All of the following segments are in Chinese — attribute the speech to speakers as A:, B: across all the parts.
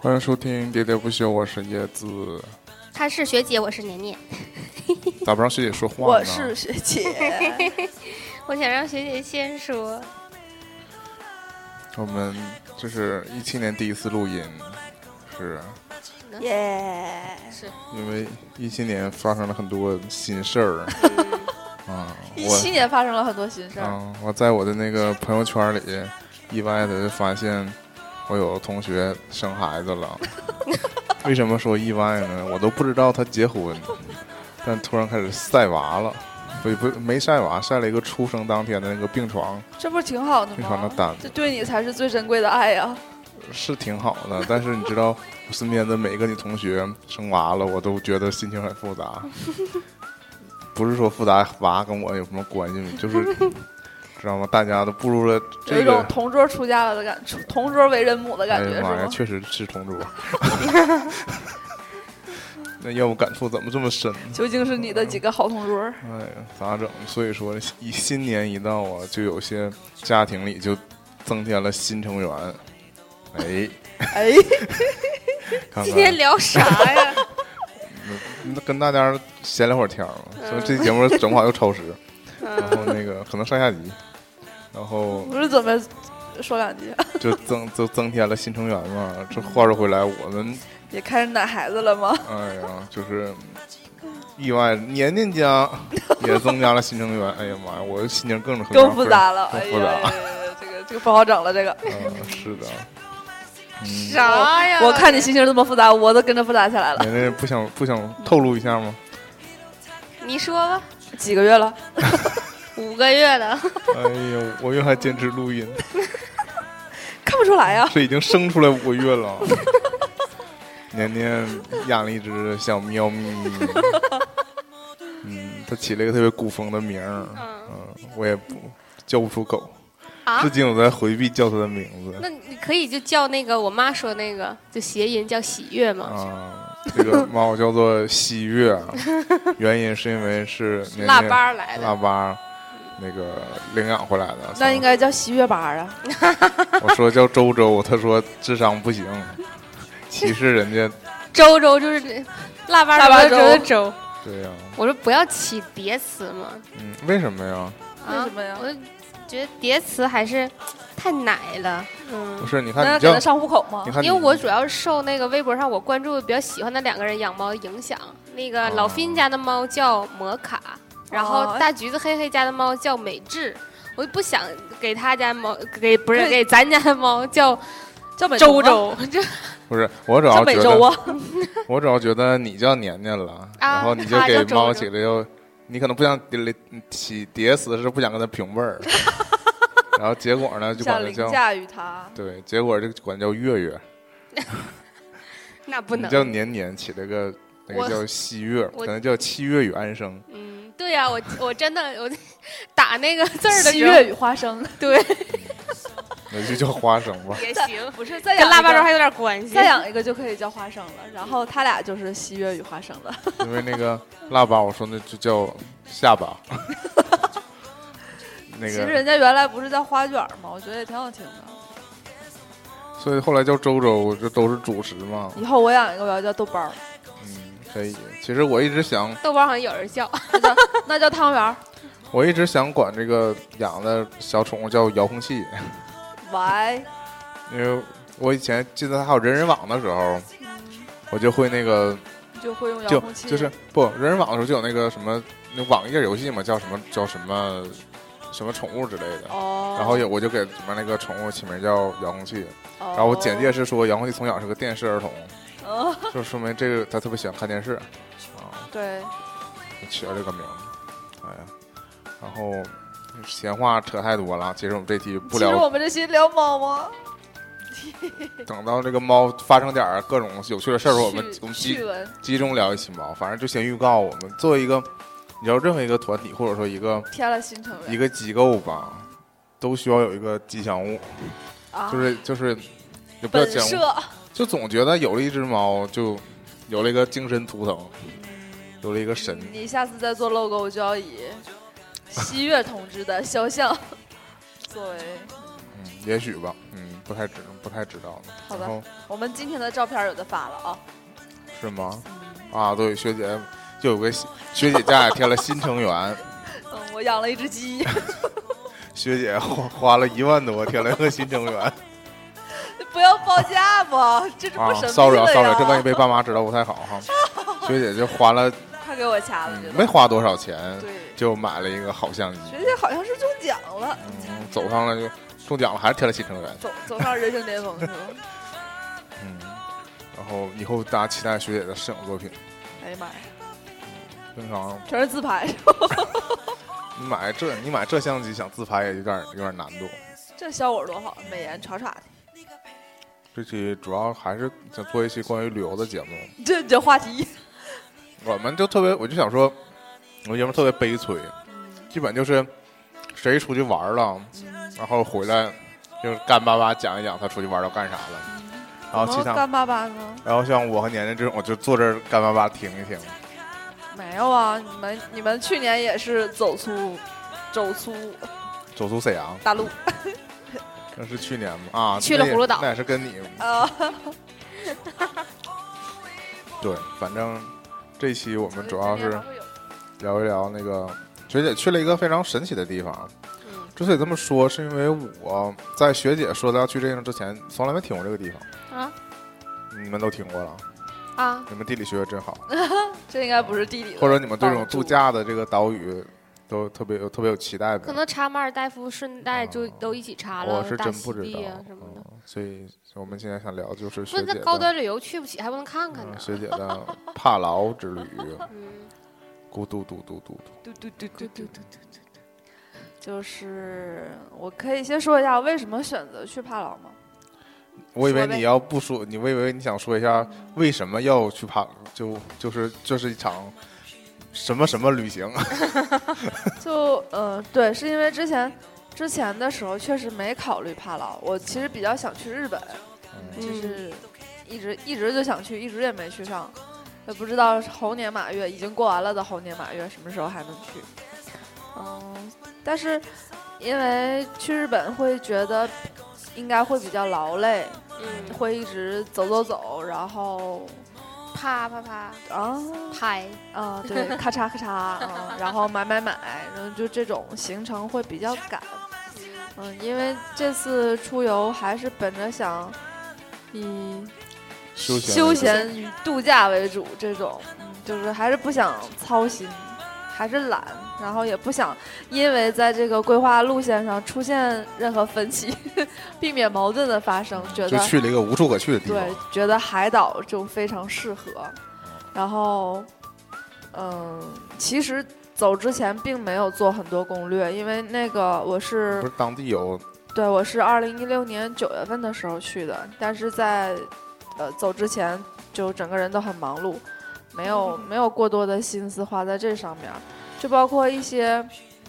A: 欢迎收听《喋喋不休》，我是叶子。
B: 她是学姐，我是年年。
A: 咋不让学姐说话呢？
C: 我是学姐，
B: 我想让学姐先说。
A: 我们这是一七年第一次录音，是
C: 耶！
B: 是，
A: 因为一七年发生了很多新事 儿啊。
C: 一七年发生了很多新事
A: 我
C: 儿，
A: 啊，我在我的那个朋友圈里，意外的发现我有同学生孩子 了。为什么说意外呢？我都不知道他结婚，但突然开始晒娃了。不不，没晒娃，晒了一个出生当天的那个病床。
C: 这不是挺好的
A: 非常
C: 吗
A: 的淡？
C: 这对你才是最珍贵的爱呀！
A: 是挺好
C: 哦
A: 的，但是你知道，我身边的每一个女同学生娃了，我都觉得心情很复杂。不是说复杂娃跟我有什么关系，就是 知道吗？大家都步入了
C: 有
A: 这
C: 一种
A: 个，
C: 同桌出嫁了的感，同桌为人母的感
A: 哎
C: 觉
A: 呀
C: 是
A: 妈呀，
C: 吗？
A: 确实是同桌。 那业务感触怎么这么深呢？
C: 究竟是你的几个好同 桌？
A: 哎呀，咋整？所以说，一新年一到啊，就有些家庭里就增添了新成员。哎，
C: 哎，
A: 看看
B: 今天聊啥呀？
A: 那跟大家闲聊会儿天儿嘛，
B: 嗯
A: 说这节目整不好又超 时，然
B: 嗯，
A: 后那个可能上下集，然后
C: 不是准备说两句，啊
A: 就增就增添了新成员嘛。这话说回来，我们
C: 也开始奶孩子了吗？
A: 哎呀，就是意外年年 家也增加了新成员，哎呀妈呀，我心情更
C: 更复杂了，
A: 更
C: 哎
A: 复
C: 呀哎
A: 杂，，
C: 这个这个不好整了，这个。
A: 嗯，是的，嗯，
B: 啥哎呀？
C: 我看你心情这么复杂，我都跟着复杂起来了。
A: 年年不想不想透露一下吗？
B: 你说吧。
C: 几个月了？
B: 五个月了，
A: 哎呀，五月还坚持录音，
C: 看不出来 啊呀。
A: 这已经生出来五个月了。年年养了一只小喵咪，嗯，它起了一个特别古风的名儿，嗯，我也不叫不出口，
B: 啊
A: 至今我在回避叫它的名字
B: 那你可以就叫那个我妈说那个，就谐音叫喜悦嘛。
A: 啊。这个猫叫做西月， 原因是因为是年
B: 腊
A: 年
B: 八儿来
A: 腊
B: 的，
A: 八儿那个领养回来的，
C: 那应该叫西月八啊，
A: 我说叫周周，他说智商不行，歧视人家，
B: 周周就是那腊八
C: 腊八
B: 儿周的
C: 粥
B: 周。
A: 对呀、
B: 我说不要起叠词嘛，
A: 嗯，为什么呀？
C: 为
B: 啊
C: 什么呀
B: 我就觉得叠词还是太奶了，
A: 不
B: 嗯。
A: 是，你看
C: 那
A: 你
C: 给
A: 叫
C: 他，上户口吗
A: 你？看你，
B: 因为我主要是受那个微博上我关注的比较喜欢的两个人养猫影响，那个
A: 哦
B: 老芬家的猫叫摩卡，然后
C: 哦
B: 大橘子黑黑家的猫叫美智，我就不想给他家猫 给不是
C: 对
B: 给咱家的猫叫
C: 叫美
B: 周
C: 洲吗，
B: 周，这
A: 不是，我主
C: 叫
A: 要
C: 美
A: 觉
C: 洲
A: 得，
C: 啊，
A: 我主要觉得你叫年年了，然后你就
B: 啊他
A: 给
B: 叫周
A: 猫
B: 周
A: 起了又，你可能不想叠起叠词，是不想跟它平辈儿， 然后结果 呢就
C: 想
A: 管它
C: 凌
A: 叫，
C: 驾于他。
A: 对，结果就管它叫月月，
B: 那不
A: 你
B: 能。
A: 叫年年起了个那个
B: 我
A: 叫西月，可
B: 我
A: 能叫七月与安生，
B: 嗯，对呀、我我真的我打那个字儿的
C: 西
B: 时候，
C: 月与花生
B: 对。
A: 那就叫花生吧
B: 也行，
C: 不是再
B: 跟腊八粥
C: 还
B: 还有点关系。
C: 再养一个就可以叫花生了，然后他俩就是西月与花生了。
A: 因为那个腊八，我说那就叫下 巴。那
C: 其实
A: 个，
C: 人家原来不是叫花卷吗？我觉得也挺好听的。
A: 所以后来叫周周，这都是主食嘛。
C: 以后我养一个，我要叫豆包儿，
A: 嗯，可以。其实我一直想，
B: 豆包好像有人叫，
C: 那叫汤圆儿。
A: 我一直想管这个养的小宠物叫遥控器，
C: 喂，
A: 因为我以前记得还有人人网的时候，我就会那个
C: 你就会用遥
A: 就
C: 控器，
A: 就是不人人网的时候就有那个什么那网页游戏嘛，叫什么叫什么什么宠物之类的。
C: 哦。
A: 然后有我就给里面那个宠物起名叫遥控器，
C: 然
A: 然后我简介是说遥控器从小是个电视儿 童，
C: 哦，
A: 就说明这个他特别喜欢看电视，啊，
C: 对，
A: 就起了这个名儿，哎呀，然后闲话扯太多了，其实我们这期不
C: 其实
A: 聊，
C: 我们这期聊猫吗？
A: 等到这个猫发生点儿各种有趣的事儿，我们
C: 趣
A: 我们
C: 趣
A: 集
C: 闻
A: 集中聊一期猫，反正就先预告，我们作为一个，你知道任何一个团体或者说一个
C: 添了新成员，
A: 一个机构吧，都需要有一个吉祥物，
C: 啊
A: 就是就是，也不叫
C: 本
A: 吉祥物，
C: 社
A: 就总觉得有了一只猫就有了一个精神图腾，
C: 嗯
A: 有了一个神。
C: 你下次再做 logo 就要以西月同志的肖像 作为
A: 嗯，也许吧，嗯，不太知不太知道呢。
C: 好吧
A: 然后
C: 我们今天的照片有的发了啊，
A: 是吗？啊，对，学姐又有个新学姐家也添了新成员，
C: 嗯，我养了一只鸡，
A: 学姐花花了一万多添了个新 成员
C: 不要报价嘛，这这
A: 啊
C: 不，神
A: 骚
C: 秘
A: 扰
C: 的
A: 骚扰，
C: 呀。
A: 这万一被爸妈知道不太好哈。学姐就花 了、
C: 快给我掐了，
A: 嗯
C: 这
A: 没花多少钱，
C: 啊对，
A: 就买了一个好相机，
C: 学姐好像是中奖了，
A: 嗯，走上了就中奖了，还是添了新成员，
C: 走走上人生巅峰是吧？
A: 嗯。然后以后大家期待学姐的摄影作品，
C: 哎呀妈呀，
A: 平常
C: 全是自拍，
A: 你买这你买这相机想自拍也有点有点难度。
C: 这效果多好，美颜吵吵的。
A: 这期主要还是想做一期关于旅游的节目，
C: 这这话题，
A: 我们就特别，我就想说，我们节目特别悲催，基本就是谁出去玩了，然后回来就是干巴巴讲一讲他出去玩都干啥了，然后其
B: 哦
C: 怎么
A: 他，
C: 干巴巴呢？
A: 然后像我和年年这种，我就坐这儿干巴巴听一听，
C: 没有啊，你们你们去年也是走出走出
A: 走出沈阳，
C: 大陆
A: 那是去年嘛啊，
B: 去了
A: 那也
B: 葫芦岛
A: 那也是跟你
C: 啊，
A: 对，反正这期我们主要是
C: 今年还会有
A: 聊一聊那个学姐去了一个非常神奇的地方。啊
B: 嗯，
A: 之所以这么说，是因为我在学姐说她要去这个地方之前，从来没听过这个地方。
B: 啊
A: 你们都听过了，
B: 啊，
A: 你们地理学的真 好，
C: 这应该不是地理的，
A: 或者你们对这种
C: 帮助
A: 度假的这个岛屿都特别有特别有期待
B: 可
A: 的。
B: 能插马尔代夫顺带就
A: 啊
B: 都一起插了，
A: 我是
B: 大
A: 真
B: 溪
A: 不知道
B: 地啊什么的。
A: 嗯所以我们现在想聊就是
B: 不
A: 学
B: 是，
A: 姐
B: 那高
A: 的
B: 端旅游去不起，还不能看看呢
A: 嗯。学姐的帕劳之旅，
B: 嗯，
A: 咕嘟嘟嘟嘟嘟。
C: 嘟嘟嘟嘟
B: 对
C: 嘟
B: 对
C: 嘟
B: 对，
C: 就是我可以先说一下为什么选择去帕劳吗？
A: 我以为
B: 说呗
A: 你要不说，你我以为你想说一下为什么要去帕，就就是这是一场什么什么旅行。
C: 就呃，对，是因为之前之前的时候确实没考虑帕劳，我其实比较想去日本，
A: 嗯
C: 就是一直一直就想去，一直也没去上，也不知道猴年马月已经过完了的猴年马月什么时候还能去。嗯，但是因为去日本会觉得应该会比较劳累，
B: 嗯，
C: 会一直走走走，然后
B: 啪啪啪
C: 啊
B: 拍，
C: 啊，对，咔嚓咔嚓，啊，然后买买买，然后就这种行程会比较赶。嗯，因为这次出游还是本着想以
A: 休闲
C: 休
A: 旅行
C: 闲与度假为主，这种，嗯就是还是不想操心，还是懒，然后也不想因为在这个规划路线上出现任何分歧， 避免矛盾的发生，觉
A: 就
C: 得
A: 去了一个无处可去的地哦方。
C: 对，觉得海岛就非常适合。然后，嗯，其实走之前并没有做很多攻略，因为那个我是
A: 不是当地有
C: 对，我是二零一六年九月份的时候去的，但是在呃走之前就整个人都很忙碌，没
A: 嗯
C: 有没有过多的心思花在这上面儿，就包括一些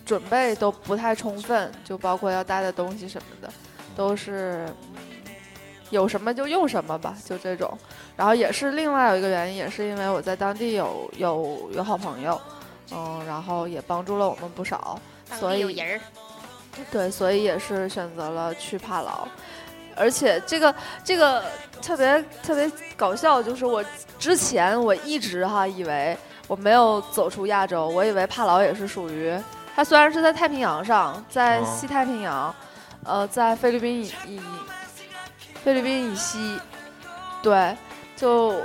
C: 准备都不太充分，就包括要带的东西什么的，都是嗯有什么就用什么吧，就这种。然后也是另外有一个原因，也是因为我在当地有有有好朋友，嗯，然后也帮助了我们不少。
B: 当
C: 所
B: 地有
C: 以
B: 人儿。
C: 对，所以也是选择了去帕劳，而且这个这个特别特别搞笑，就是我之前我一直哈以为我没有走出亚洲，我以为帕劳也是属于它虽然是在太平洋上，在
A: 哦
C: 西太平洋，呃，在菲律宾以以菲律宾以西，对，就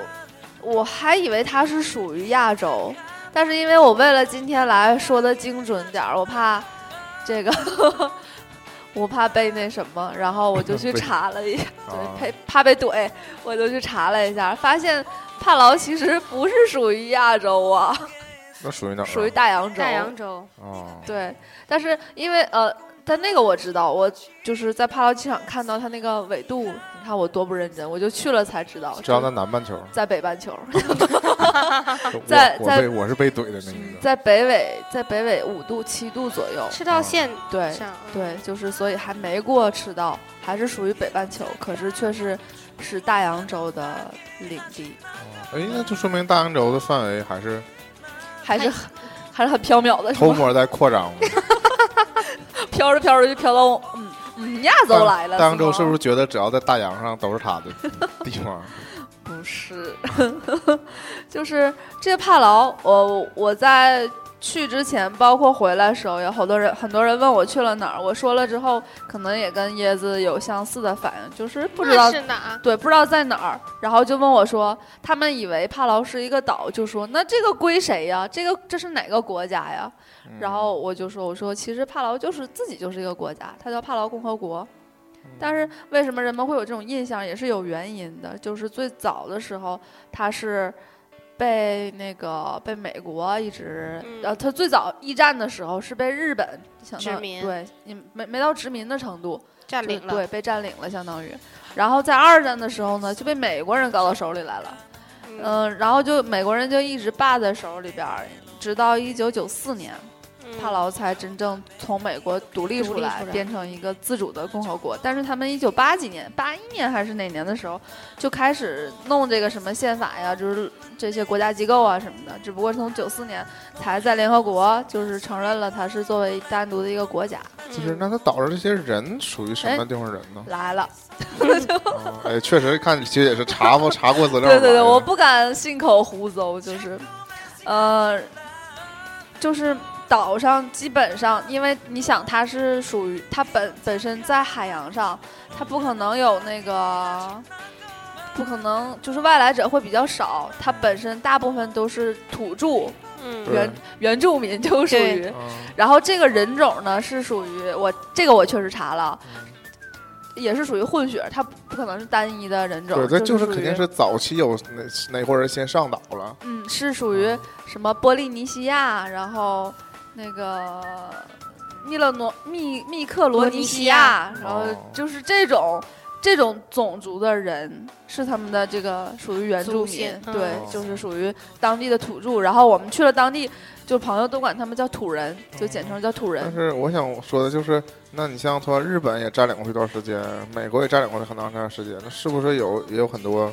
C: 我还以为它是属于亚洲，但是因为我为了今天来说的精准点儿，我怕这个， 我怕被那什么，然后我就去
A: 被
C: 查了一下，
A: 啊
C: 对，怕怕被怼，我就去查了一下，发现帕劳其实不是属于亚 洲啊，
A: 那属于哪儿啊？
C: 属于大洋洲。
B: 大洋洲，
A: 啊，
C: 对，但是因为呃，但那个我知道，我就是在帕劳机场看到它那个纬度，你看我多不认真，我就去了才知道，
A: 知道在南半球。
C: 在北半球。
A: 我
C: 在
A: 我
C: 在嗯
A: 被我是被怼的那
B: 嗯
A: 一个。
C: 在北纬，在北纬五度七度左右。
B: 赤道
A: 啊
B: 线
C: 对
B: 上，
C: 对，就是所以还没过赤道，还是属于北半球，可是却是是大洋洲的领地，
A: 啊哎，那就说明大洋洲的范围还是
C: 还是很还是很缥缈的，是
A: 偷
C: 吧？
A: 摸在扩张的。
C: 飘着飘着就飘到嗯
D: 嗯，亚洲来了，
A: 当州
D: 吗
A: 是不是觉得只要在大洋上都是他的地方？
D: 不是？
C: 就是 这个帕劳，我我在去之前，包括回来的时候，有好多人很多人问我去了哪儿，我说了之后，可能也跟椰子有相似的反应，就是不知道
B: 那是哪？
C: 对，不知道在哪儿，然后就问我说，他们以为帕劳是一个岛，就说那这个归谁呀？这个这是哪个国家呀？
B: 嗯
C: 然后我就说，我说其实帕劳就是自己就是一个国家，它叫帕劳共和国。
A: 嗯
C: 但是为什么人们会有这种印象，也是有原因的。就是最早的时候，它是被那个被美国一直，
B: 嗯
C: 呃，它最早一战的时候是被日本想
B: 殖
C: 到
B: 民
C: 对，你没没到殖民的程度，
B: 占
C: 就是
B: 领了。
C: 对，被占领了，相当于。然后在二战的时候呢，就被美国人搞到手里来了，
B: 嗯
C: 嗯、然后就美国人就一直霸在手里边儿，直到一九九四年，
B: 嗯
C: 帕劳才真正从美国独立
B: 独
C: 出
B: 立
C: 来
B: 出，来
C: 变成一个自主的共和国。但是他们一九八几年、八一年还是哪年的时候，就开始弄这个什么宪法呀，就是这些国家机构啊什么的。只不过是从九四年才在联合国就是承认了它是作为单独的一个国家
B: 嗯
A: 就是那他岛上这些人属于什么地方人呢？
C: 来了。
A: 哦 哎，确实看学姐是查 过查过资料来
C: 对
A: 的。
C: 对对，我不敢信口胡诌，就是，呃，就是岛上基本上，因为你想它是属于它本本身在海洋上，它不可能有那个，不可能就是外来者会比较少，它本身大部分都是土著
B: 嗯
A: 对
C: 原原住民就属
B: 对
C: 于，
A: 嗯
C: 然后这个人种呢是属于我这个我确实查了。也是属于混血，它不不可能是单一的人种。
A: 对，这就是
C: 属于
A: 肯定是早期有哪哪伙人先上岛了，
C: 嗯，是属于什么波利尼西亚，然后那个密勒罗密密克罗尼西亚，然后
A: 哦
C: 就是这种这种种族的人是他们的这个属于原住
B: 祖
C: 民
B: 先，
C: 对
A: 嗯，
C: 就是属于当地的土著。然后我们去了当地，就朋友都管他们叫土人，就简称叫土
A: 但
C: 人。
A: 是我想说的就是，那你像说日本也占领过一段时间，美国也占领过很长一段时间，那是不是有也有很多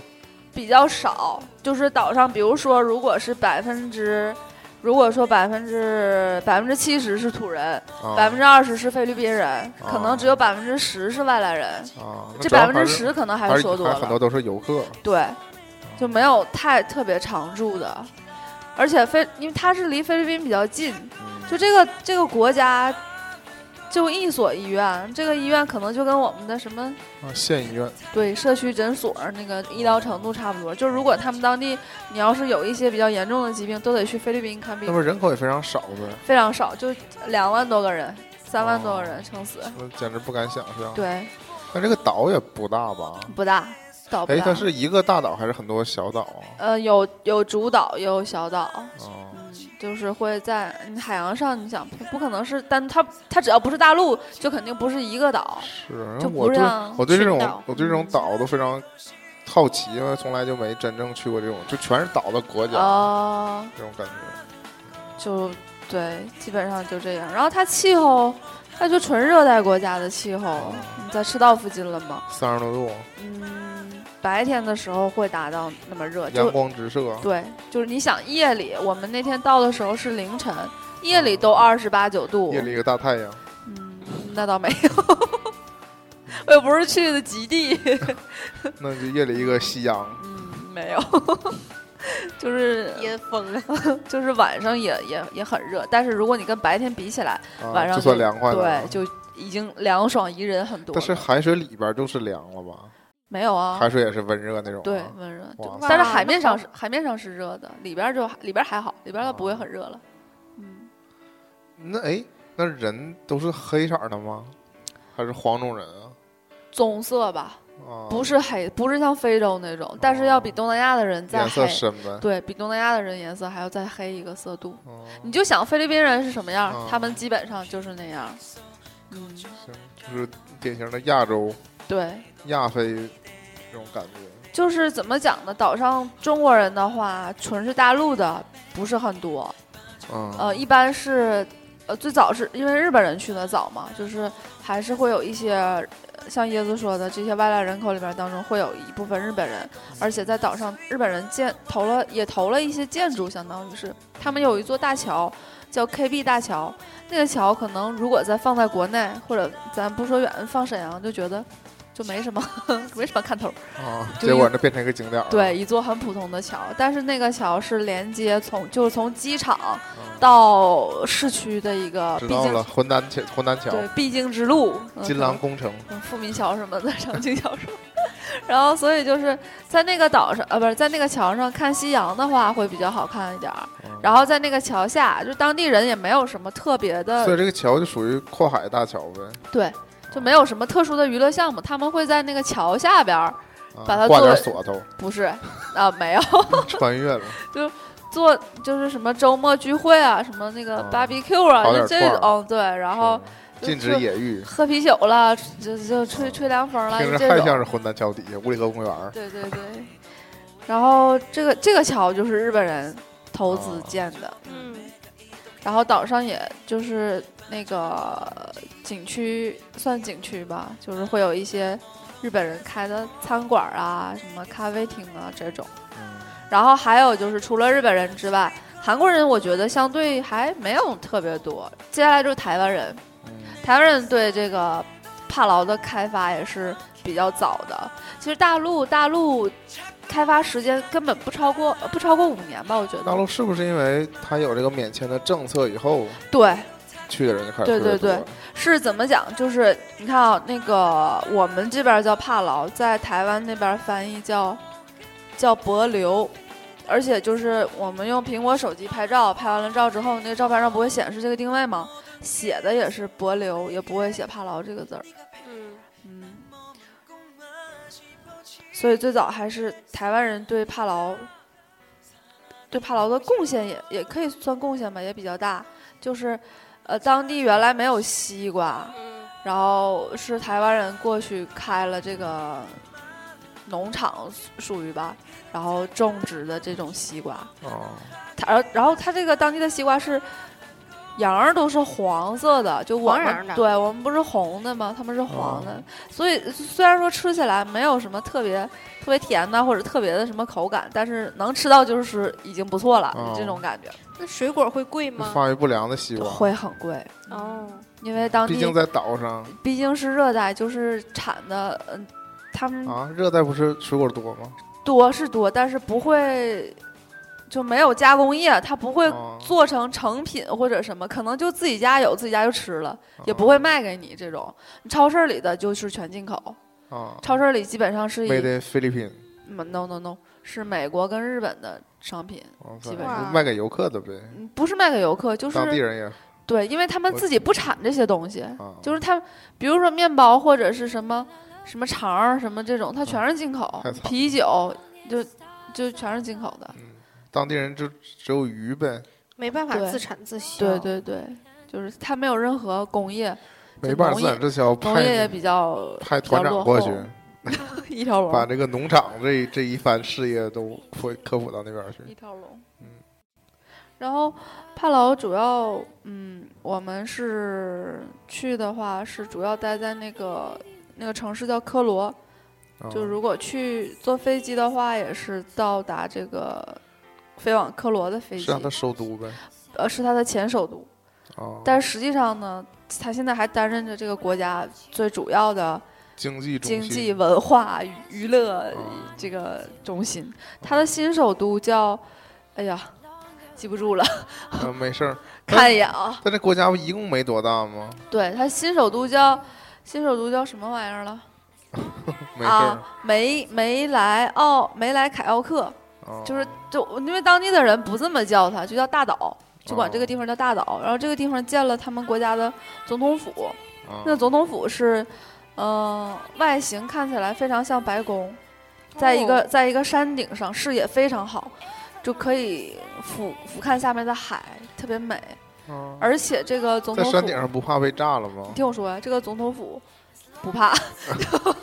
C: 比较少，就是岛上，比如说，如果是百分之，如果说百分之百分之七十是土人，
A: 啊
C: 百分之二十是菲律宾人，
A: 哦
C: 可能只有百分之十是外来人，
A: 啊？那
C: 这
A: 主要
C: 百
A: 还
C: 分之
A: 是
C: 十可能还
A: 还是
C: 是说多
A: 还很多
C: 了，
A: 都是游客，
C: 对，就没有太特别常住的。而且菲，因为它是离菲律宾比较近，
A: 嗯
C: 就这个这个国家就一所医院，这个医院可能就跟我们的什么
A: 啊县医院
C: 对社区诊所那个医疗程度差不多。就如果他们当地你要是有一些比较严重的疾病，都得去菲律宾看
A: 那
C: 病
A: 不，是人口也非常少呗，
C: 非常少，就两万多个人，三万多个
A: 哦
C: 人撑死。
A: 我简直不敢想象。
C: 对，
A: 但这个岛也不大吧？
C: 不大，岛不
A: 哎，
C: 大。
A: 它是一个大岛还是很多小岛啊？
C: 呃，有有主岛，也有小岛，
A: 哦，
C: 嗯，就是会在嗯海洋上，你想不不可能是单它它只要不是大陆，就肯定不是一个岛。
A: 是
C: 就，
A: 我
C: 不
A: 对
C: 让嗯
A: 我对这
B: 群
A: 种
B: 岛
A: 我对这种岛都非常好奇，因为从来就没真正去过这种，就全是岛的国家、
C: 哦，
A: 这种感觉。
C: 就对，基本上就这样。然后它气候，它就纯热带国家的气候。你在赤道附近了吗？
A: 嗯三十多度，
C: 嗯，白天的时候会达到那么热，
A: 阳
C: 就
A: 光直射，
C: 对，就是你想夜里，我们那天到的时候是凌晨，夜里都二十八九度，
A: 嗯夜里一个大太阳，
C: 嗯，那倒没有， 我又不是去的极地，
A: 那就夜里一个夕阳。
C: 嗯， 没有，就是
B: 阴风啊，
C: 就是晚上也也也很热，但是如果你跟白天比起来，
A: 啊、
C: 晚上
A: 就算凉快了。啊
C: 对，就已经凉爽宜人很多了。
A: 但是海水里边就是凉了吧？
C: 没有啊
A: 海，水也是温热那种、啊。
C: 对，温热，就
A: 哇
C: 但是
B: 塞
C: 海面上是海面上是热的，里边儿就里边儿还好，里边儿倒
A: 哦
C: 不会很热了。嗯，
A: 那哎，那人都是黑色儿的吗？还是黄种人啊？
C: 棕色吧，
A: 啊，
C: 不是黑，不是像非洲那种，但是要比东南亚的人再
A: 哦颜色
C: 黑，
A: 深呗。
C: 对比东南亚的人颜色还要再黑一个色度。
A: 哦
C: 你就想菲律宾人是什么样，
A: 嗯
C: 他们基本上就是那样。嗯，
A: 行，就是典型的亚洲、
C: 对，
A: 亚非这种感觉。
C: 就是怎么讲呢？岛上中国人的话，纯是大陆的不是很多，
A: 嗯，
C: 呃，一般是，呃，最早是因为日本人去的早嘛，就是还是会有一些。呃像椰子说的，这些外来人口里边当中会有一部分日本人，而且在岛上，日本人建投了也投了一些建筑，相当于是他们有一座大桥，叫 KB 大桥。那个桥可能如果再放在国内，或者咱不说远，放沈阳就觉得就没什么 没什么看头。
A: 啊，
C: 就
A: 结果
C: 一
A: 这变成一个景点儿了。啊
C: 对，一座很普通的桥，但是那个桥是连接从就是从机场
A: 嗯，
C: 到市区的一个
A: 知
C: 必
A: 道
C: 经
A: 了，浑南桥，浑南桥，
C: 对必经之路，嗯
A: 金
C: 可能
A: 兰工程，
C: 嗯，富民桥什么的， 长青桥什么。然后，所以就是在那个岛上，呃，不是在那个桥上看夕阳的话，会比较好看一点儿。
A: 嗯
C: 然后在那个桥下，就当地人也没有什么特别
A: 所
C: 的，
A: 以这个桥就属于跨海大桥呗，
C: 对，就没有什么特殊的娱乐项目。他们会在那个桥下边儿，
A: 啊
C: 把它
A: 挂
C: 作
A: 点
C: 为
A: 锁头，
C: 不是啊、没有
A: 穿越了。
C: 做，就是什么周末聚会啊，什么那个
A: 哦
C: barbecue 啊，
A: 烤点
C: 就这
A: 串儿
C: 种，对，然后
A: 是嗯
C: 就
A: 禁止
C: 就
A: 野浴，
C: 喝啤酒了，就就吹吹凉风了，
A: 听
C: 就
A: 着
C: 这
A: 还
C: 种
A: 像是浑南桥底下五里河公园 儿。
C: 对对对，然后这个这个桥就是日本人投资建的，
B: 嗯，
C: 然后岛上也就是那个景区算景区吧，就是会有一些日本人开的餐馆啊、什么咖啡厅啊这种。
A: 嗯
C: 然后还有就是除了日本人之外，韩国人我觉得相对还没有特别多。接下来就是台湾人，
A: 嗯
C: 台湾人对这个帕劳的开发也是比较早的。其实大陆大陆开发时间根本不超过呃不超过五年吧，我觉
A: 大
C: 得。
A: 陆是不是因为它有这个免签的政策以后，
C: 对，
A: 去的人就开始
C: 对
A: 特别
C: 对对
A: 多了
C: 是怎么讲？就是你看啊，那个我们这边叫帕劳，在台湾那边翻译叫叫帛琉。而且就是我们用苹果手机拍照，拍完了照之后，那个照片上不会显示这个定位吗？写的也是帛琉，也不会写帕劳这个字儿。
B: 嗯，
C: 嗯，所以最早还是台湾人对帕劳，对帕劳的贡献也也可以算贡献吧，也比较大。就是，呃，当地原来没有西瓜，
B: 嗯，
C: 然后是台湾人过去开了这个农场，属于吧，然后种植的这种西瓜。
A: 哦，
C: 它而呃然后它这个当地的西瓜是瓤儿都是黄色的，就我
B: 黄瓤
C: 们
B: 儿的
C: 对我们不是红的吗？他们是
A: 哦
C: 黄的，所以虽然说吃起来没有什么特别特别甜呐，或者特别的什么口感，但是能吃到就是已经不错了，
A: 哦
C: 这种感觉
B: 那水果会贵
A: 那
B: 吗？
A: 发育不良的西瓜，
C: 会很贵，
B: 哦，
C: 嗯因为当
A: 毕
C: 地
A: 竟在岛上
C: 毕竟是热带，就是产的嗯。他们
A: 啊，热带不是水果多吗？
C: 多是多，但是不会就没有加工业，它不会
A: 啊
C: 做成成品或者什么，可能就自己家有，自己家就吃了，
A: 啊
C: 也不会卖给你这种。超市里的就是全进口，
A: 啊。
C: 超市里基本上是以
A: made in 菲律宾，
C: 嗯 no no no 是美国跟日本的商品，
A: 哇塞
C: 基本
B: 上
A: 啊卖给游客的呗，
C: 嗯不是卖给游客，就
A: 当地
C: 是
A: 人也
C: 对，因为他们
A: 我
C: 自己不产这些东西，
A: 啊，
C: 就是他们比如说面包或者是什么什么肠儿什么这种，它全是进口
A: 啊太惨，了
C: 啤酒就就全是进口的。
A: 嗯当地人就只有鱼呗，
B: 没办法
C: 对
B: 自产自销。
C: 对对对，就是它没有任何工业，就
A: 没办法
C: 农
A: 自
C: 业
A: 产自销，
C: 农业
A: 派
C: 也 比较
A: 派
C: 比较
A: 团长
C: 落
A: 过去
C: 后，一条龙，
A: 把这个农场这这一番事业都科科普到那边儿去。
C: 一条龙。
A: 嗯
C: 然后帕劳主要，嗯，我们是去的话是主要待在那个那个城市叫科罗，
A: 啊
C: 就如果去坐飞机的话，也是到达这个飞往科罗的飞
A: 是
C: 机
A: 让，他首都呗，
C: 呃，是它的前首都。
A: 啊，
C: 但实际上呢，它现在还担任着这个国家最主要的
A: 经济中
C: 经
A: 心
C: 济、文化、娱乐
A: 啊
C: 这个中心。它的新首都叫，哎呀，记不住了，
A: 啊，没事儿。
C: 看一眼啊。
A: 但这国家不一共没多大吗？
C: 对，它新首都叫新首都叫什么玩意儿了？
A: 没事儿
C: 啊，梅梅莱奥梅莱哦凯奥克，
A: 啊，
C: 就是就因为当地的人不这么叫它，就叫大
A: 哦
C: 岛。就管这个地方叫大岛，然后这个地方建了他们国家的总统府，
A: 啊
C: 那总统府是，嗯、外形看起来非常像白宫，
A: 哦
C: 在一
B: 哦
C: 个、在一个山顶上，视野非常好，就可以俯俯瞰下面的海，特别美。
A: 啊
C: 而且这个总
A: 在
C: 统府，
A: 山顶上不怕被炸了吗
C: 你？听我说呀，这个总统府不怕，
A: 嗯啊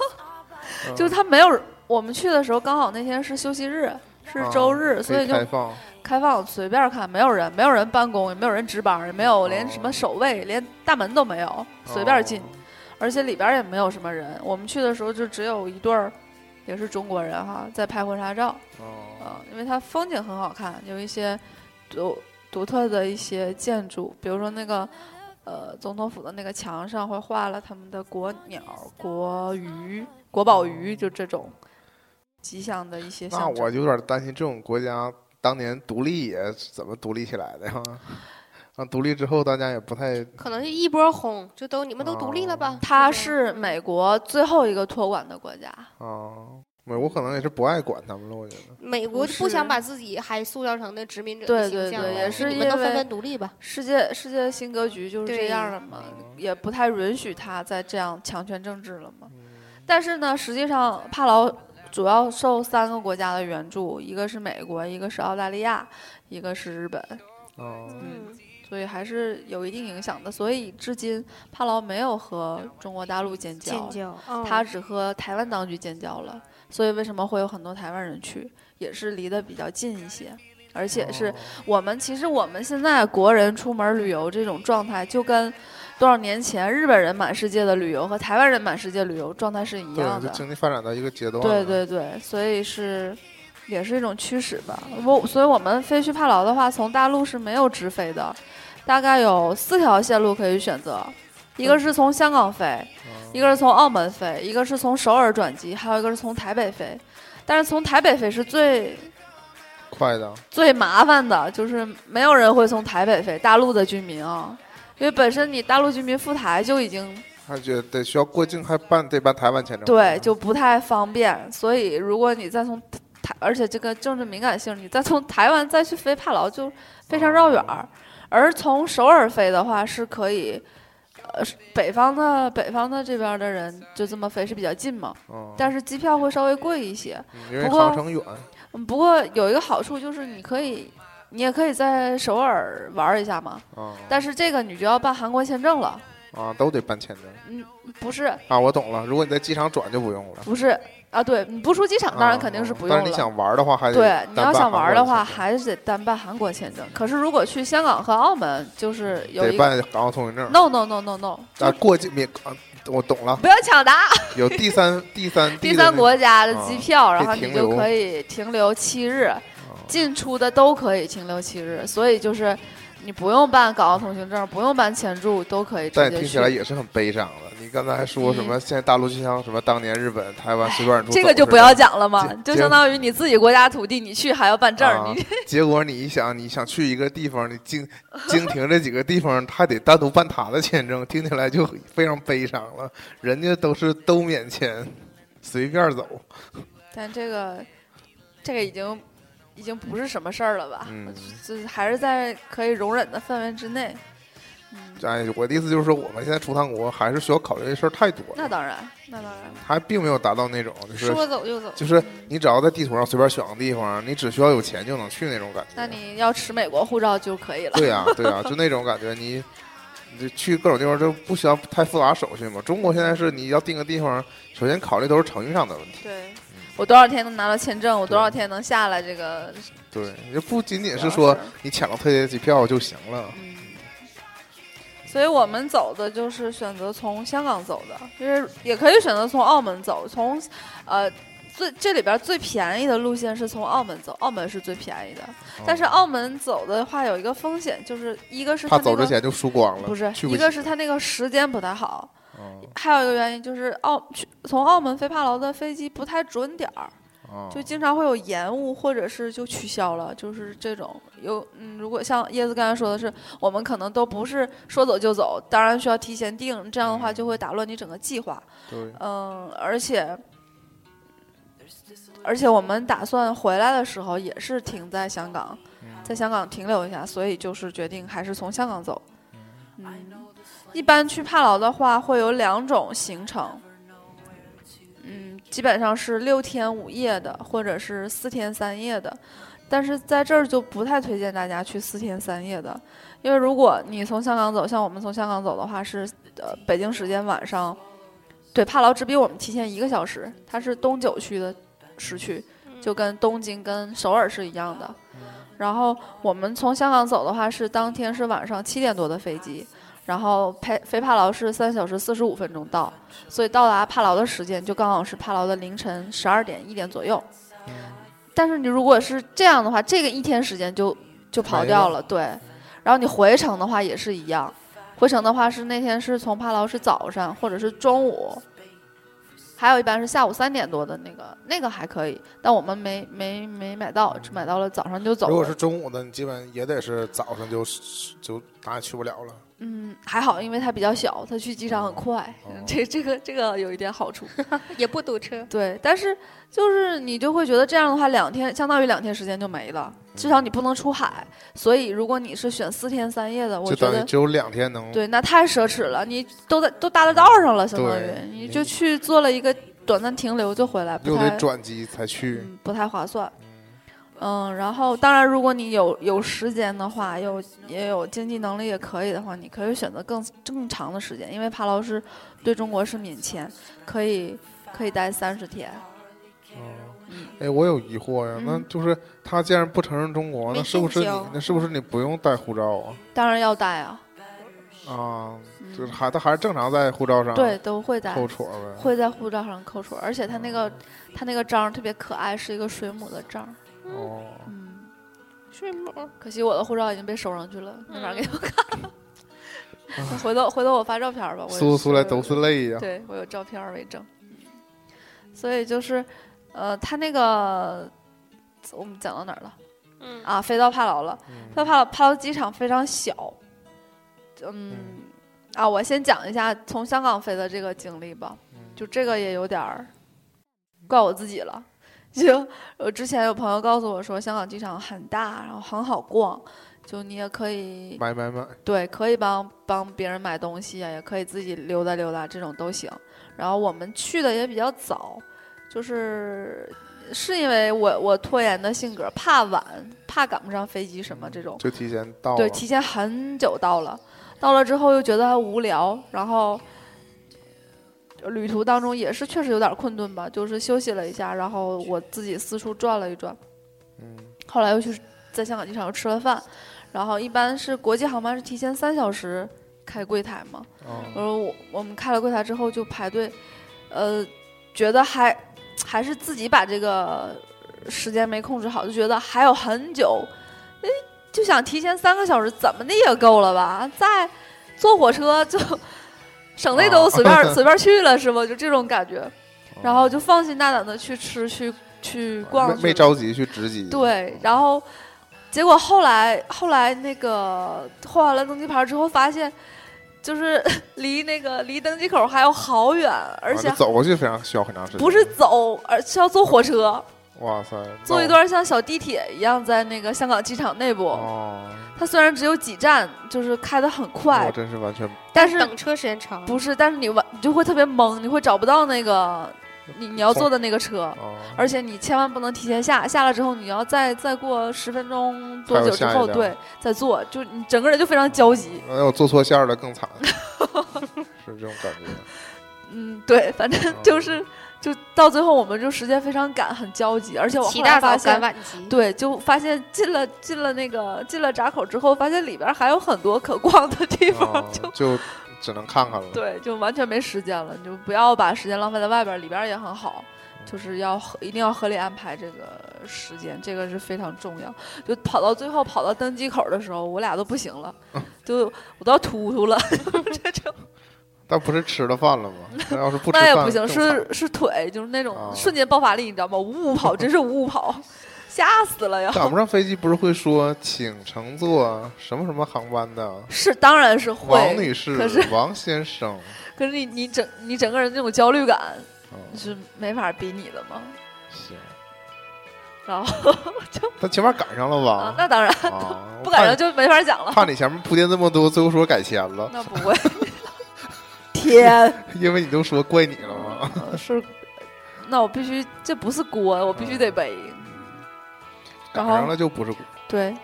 C: 就是它没有。我们去的时候刚好那天是休息日，是
A: 啊
C: 周日，
A: 可
C: 所以就
A: 开放
C: 开放随便看，没有人，没有人办公，也没有人值班，也没有连什么
A: 哦
C: 守卫，连大门都没有，随便进。而且里边儿也没有什么人。我们去的时候就只有一对儿，也是中国人哈，在拍婚纱照
A: 哦。
C: 啊、因为它风景很好看，有一些就独特的一些建筑，比如说那个呃总统府的那个墙上会画了他们的国鸟、国鱼、国宝鱼，就这种吉祥的一些
A: 哦那
C: 象
A: 我
C: 征。
A: 有点担心这种国家当年独立也是怎么独立起来的呀？ 啊，独立之后大家也不太
B: 可能是一波轰，就都你们都独立了吧？
C: 它
B: 这种
C: 哦是美国最后一个托管的国家，
A: 啊，美国可能也是不爱管他们了，我觉得。
B: 美国就不想把自己还塑造成那殖民者的
C: 对
B: 形
C: 对
B: 象
C: 对，
B: 了，
C: 也
A: 是
C: 是
B: 你
C: 因
B: 们都纷
C: 为
B: 纷独立吧。
C: 世界世界新格局就是这
B: 对
C: 样了嘛，也不太允许他再这样强权政治了嘛。
A: 嗯
C: 但是呢，实际上帕劳主要受三个国家的援助，一个是美国，一个是澳大利亚，一个是日本，
A: 啊，
B: 嗯，
C: 所以还是有一定影响的。所以至今帕劳没有和中国大陆建交，
D: 建交，
B: 哦
C: 他只和台湾当局建交了。所以为什么会有很多台湾人去，也是离得比较近一些，而且是
A: 哦
C: 我们其实我们现在国人出门旅游这种状态，就跟多少年前日本人满世界的旅游和台湾人满世界旅游状态是一样
A: 对，就
C: 的。
A: 经济发展到一个阶段。
C: 对，对对，所以是也是一种驱使吧。我所以我们飞去帕劳的话，从大陆是没有直飞的，大概有四条线路可以选择，一个是从香港飞，
A: 啊
C: 一个是从澳门飞，一个是从首尔转机，还有一个是从台北飞。但是从台北飞是最
A: 快的，
C: 最麻烦的就是没有人会从台北飞，大陆的居民啊，因为本身你大陆居民赴台就已经
A: 还觉得得需要过境，还办得办台湾签证。
C: 对就不太方便，所以如果你再从台，而且这个政治敏感性，你再从台湾再去飞帕劳就非常绕远
A: 哦
C: 儿，而从首尔飞的话是可以。呃，是北方的北方的这边的人就这么飞是比较近嘛，
A: 嗯，
C: 但是机票会稍微贵一些。
A: 嗯因为
C: 不过
A: 航程远，
C: 嗯不过有一个好处就是你可以，你也可以在首尔玩儿一下嘛，
A: 啊
C: 但是这个你就要办韩国签证了，
A: 啊，都得办签证
C: 不是
A: 啊。我懂了，如果你在机场转就不用了。
C: 不是啊？对，你不出机 场当然肯定是
A: 啊
C: 不
A: 但
C: 用
A: 是你
C: 了。
A: 想玩的话，还得
C: 对，你
A: 单
C: 要
A: 办
C: 想
A: 韩
C: 玩
A: 国
C: 的话，
A: 签证
C: 还是得单办韩国签证。可是如果去香港和澳门，就是有
A: 得
C: 一个
A: 办港澳通行证。
C: no no no no no，
A: 啊，过境免啊，我懂了，
C: 不要抢答。
A: 有第三第三地
C: 第
A: 的
C: 三
A: 那
C: 国家的机票，
A: 啊
C: 然后
A: 可以
C: 你
A: 停
C: 就
A: 留
C: 可以停留七日，
A: 啊
C: 进出的都可以停留七日。所以就是你不用办港澳通行证，不用办签注，都可以直
A: 但
C: 接
A: 听起
C: 去。
A: 来也是很悲伤的。你刚才还说什么？现在大陆就像什么当年日本、台湾随便你
C: 嗯哎这个就不要
A: 讲。
C: 讲了嘛
A: 结，
C: 就
A: 结
C: 相当于你自己国家土地，你去还要办证儿，
A: 啊
C: 你
A: 结果你一想，你想去一个地方，你经经停这几个地方，还得单独办他的签证，听起来就非常悲伤了。人家都是都免签，随便走。
C: 但这个这个已经已经不是什么事儿了吧？
A: 嗯，
C: 就是还是在可以容忍的范围之内。嗯，
A: 哎，我的意思就是说，我们现在出趟国还是需要考虑的事儿太多了，
C: 那当然，那当然，
A: 还并没有达到那种就是
B: 说走就走。
A: 就是你只要在地图上随便选个地方，你只需要有钱就能去那种感觉。
C: 那你要持美国护照就可以了。
A: 对呀、对呀、就那种感觉，你你就去各种地方就不需要太复杂手续嘛。中国现在是你要定个地方，首先考虑都是程序上的问题。
C: 对，我多少天能拿到签证？我
A: 嗯
C: 多
A: 对
C: 少天能下来？这个
A: 对，你就不仅仅
C: 主
A: 是
C: 要
A: 说
C: 是
A: 你抢到特价机票就行了。
C: 嗯，所以我们走的就是选择从香港走的，就是也可以选择从澳门走，从呃最这里边最便宜的路线是从澳门走，澳门是最便宜的。但是
A: 嗯
C: 澳门走的话有一个风险，就是一个是
A: 怕
C: 它那
A: 走
C: 个
A: 之前就输光了，
C: 不是，
A: 去
C: 一
A: 起
C: 个是它那个时间不太好，
A: 嗯
C: 还有一个原因就是澳去从澳门飞帕劳的飞机不太准点儿。
A: 嗯
C: 就经常会有延误，或者是就取消了，就是这种有嗯，如果像椰子刚才说的是，我们可能都不是说走就走，当然需要提前定，这样的
A: 嗯
C: 话就会打乱你整个计划。
A: 对，
C: 嗯，而且而且我们打算回来的时候也是停在香港，
A: 嗯
C: 在香港停留一下，所以就是决定还是从香港走。嗯，一般去帕劳的话会有两种行程，嗯，基本上是六天五夜的，或者是四天三夜的。但是在这儿就不太推荐大家去四天三夜的，因为如果你从香港走，像我们从香港走的话是呃北京时间晚上，对，帕劳只比我们提前一个小时，它是东九区的时区，就跟东京跟首尔是一样的。
E: 嗯
C: 然后我们从香港走的话，是当天是晚上七点多的飞机，然后佩飞帕劳是三小时四十五分钟到，所以到达帕劳的时间就刚好是帕劳的凌晨
E: 嗯
C: 十二点一点左右。但是你如果是这样的话，这个一天时间就就跑
E: 没
C: 掉
E: 了
C: 了。对，然后你回程的话也是一样，回程的话是那天是从帕劳是早上或者是中午，还有一班是下午三点多的那个，那个还可以，但我们没没没买到，只买到了早上就走了。
A: 如果是中午的，你基本也得是早上就就哪也去不了了。
C: 嗯，还好，因为它比较小，它去机场很快，
A: 哦
C: 嗯这这个这个有一点好处。
B: 也不堵车。
C: 对，但是就是你就会觉得这样的话，两天相当于两天时间就没了，至少你不能出海。所以如果你是选四天三夜的，我
A: 就
C: 觉
A: 等于
C: 得
A: 只有两天能
C: 对，那太奢侈了。你都在都搭在道上了，相当于
A: 对
C: 你
A: 你
C: 就去做了一个短暂停留就回来，不
A: 又得
C: 太
A: 转机才去。
C: 嗯不太划算。嗯，然后当然，如果你有有时间的话，有也有经济能力也可以的话，你可以选择更更长的时间，因为帕劳是对中国是免签，可以可以待三十天。
A: 哎，我有疑惑呀，那
C: 嗯
A: 就是他既然不承认中国，
B: 没
A: 那是不是你
B: 建交
A: 那是不是你不用带护照啊？
C: 当然要带啊，
A: 啊，
C: 嗯
A: 就是还他还是正常在护照上
C: 对，都会带，
A: 扣戳呗。
C: 会在护照上扣戳，而且它那个它那个章儿特别可爱，是一个水母的章儿。
A: 哦，
C: 嗯，
B: 睡梦
C: 可惜我的护照已经被收上去了，没法给
B: 嗯
C: 你们看。 回头回头我发照片儿吧，我也
A: 说出来
C: 是
A: 都是泪呀。
C: 对我有照片儿为证。所以就是，呃，他那个我们讲到哪儿了
B: 嗯
C: 啊？飞到帕劳了，
A: 嗯
C: 飞到帕劳帕劳机场非常小，嗯
A: 嗯
C: 啊，我先讲一下从香港飞的这个经历吧，
A: 嗯
C: 就这个也有点儿怪我自己了。就我之前有朋友告诉我说，香港机场很大，然后很好逛，就你也可以
A: 买买买，
C: 对，可以帮帮别人买东西啊，也可以自己溜达溜达，这种都行。然后我们去的也比较早，就是是因为我我拖延的性格，怕晚，怕赶不上飞机什么这种，
A: 就提前到
C: 对，
A: 了
C: 提前很久到了，到了之后又觉得无聊，然后呃旅途当中也是确实有点困顿吧，就是休息了一下，然后我自己四处转了一转，
A: 嗯
C: 后来又去在香港机场又吃了饭，然后一般是国际航班是提前三小时开柜台嘛，我
A: 哦
C: 说我我们开了柜台之后就排队，呃，觉得还还是自己把这个时间没控制好，就觉得还有很久，哎，就想提前三个小时，怎么的也够了吧？再坐火车 就省内都
A: 啊
C: 随便、随便去了是不？就这种感觉，然 后
A: 哦
C: 就放心大胆的去吃去去逛
A: 啊没
C: 去
A: 没
C: 了
A: 着急去值机。
C: 对，然后结果后来后来那个换完了登机牌之后，发现就是 离那个离登机口还有好远，而
A: 啊
C: 且
A: 就走过去非常需要很长时间。
C: 不是走，而是要坐火车，
A: 哇塞，
C: 坐
A: 那
C: 一
A: 我
C: 段像小地铁一样在那个香港机场内部。
A: 哦，
C: 它虽然只有几站，就是开得很
A: 我
C: 快，
A: 真是 完全
C: 但是
B: 等车时间长，
C: 不是，但是你完你就会特别懵，你会找不到那个你你要
A: 从
C: 坐的那个车。
A: 哦，
C: 而且你千万不能提前下，下了之后你要再再过十分钟多
A: 还有
C: 久之
A: 下一
C: 后，
A: 辆
C: 对，再坐，就你整个人就非常焦急。
A: 哎呦，坐错线儿了更 惨，是这种感觉。
C: 嗯，对， 反正
A: 哦
C: 就是就到最后我们就时间非常赶，很焦急。而且我
B: 起
C: 后
B: 大
C: 来
B: 早
C: 发
B: 赶
C: 现，
B: 晚集。
C: 对，就发现进了进了那个进了闸口之后，发现里边还有很多可逛的地方，
A: 哦
C: 就
A: 就只能看看了。
C: 对，就完全没时间了。你就不要把时间浪费在外边，里边也很好，
A: 嗯
C: 就是要合一定要合理安排这个时间，这个是非常重要。就跑到最后跑到登机口的时候，我俩都不 行了，就我都要突突了，这种
A: 但不是吃了饭了吗？那要是 不吃
C: 那
A: 饭
C: 也不行，
A: 更惨
C: 是是腿，就是那种
A: 啊
C: 瞬间爆发力，你知道吗？五五跑，真是五五 跑，吓死了呀！
A: 赶不上飞机，不是会说请乘坐什么什么航班的
C: 是，当然是会，
A: 王女
C: 可
A: 士
C: 是、
A: 王先生，
C: 可是你你整你整个人那种焦虑感
A: 嗯，
C: 是没法比拟的嘛。
A: 行，
C: 然后
A: 但起码赶上了
C: 啊，
A: 吧？
C: 那当然。
A: 啊，
C: 不赶上就没法讲了。
A: 怕你前面铺垫这么多，最后说改签了，
C: 那不会，天，
A: 因为你都说怪你了嘛。
C: 是，那我必须，这不是锅，我必须得背。
A: 赶
C: 然
A: 上
C: 后
A: 了就不是故
C: 对，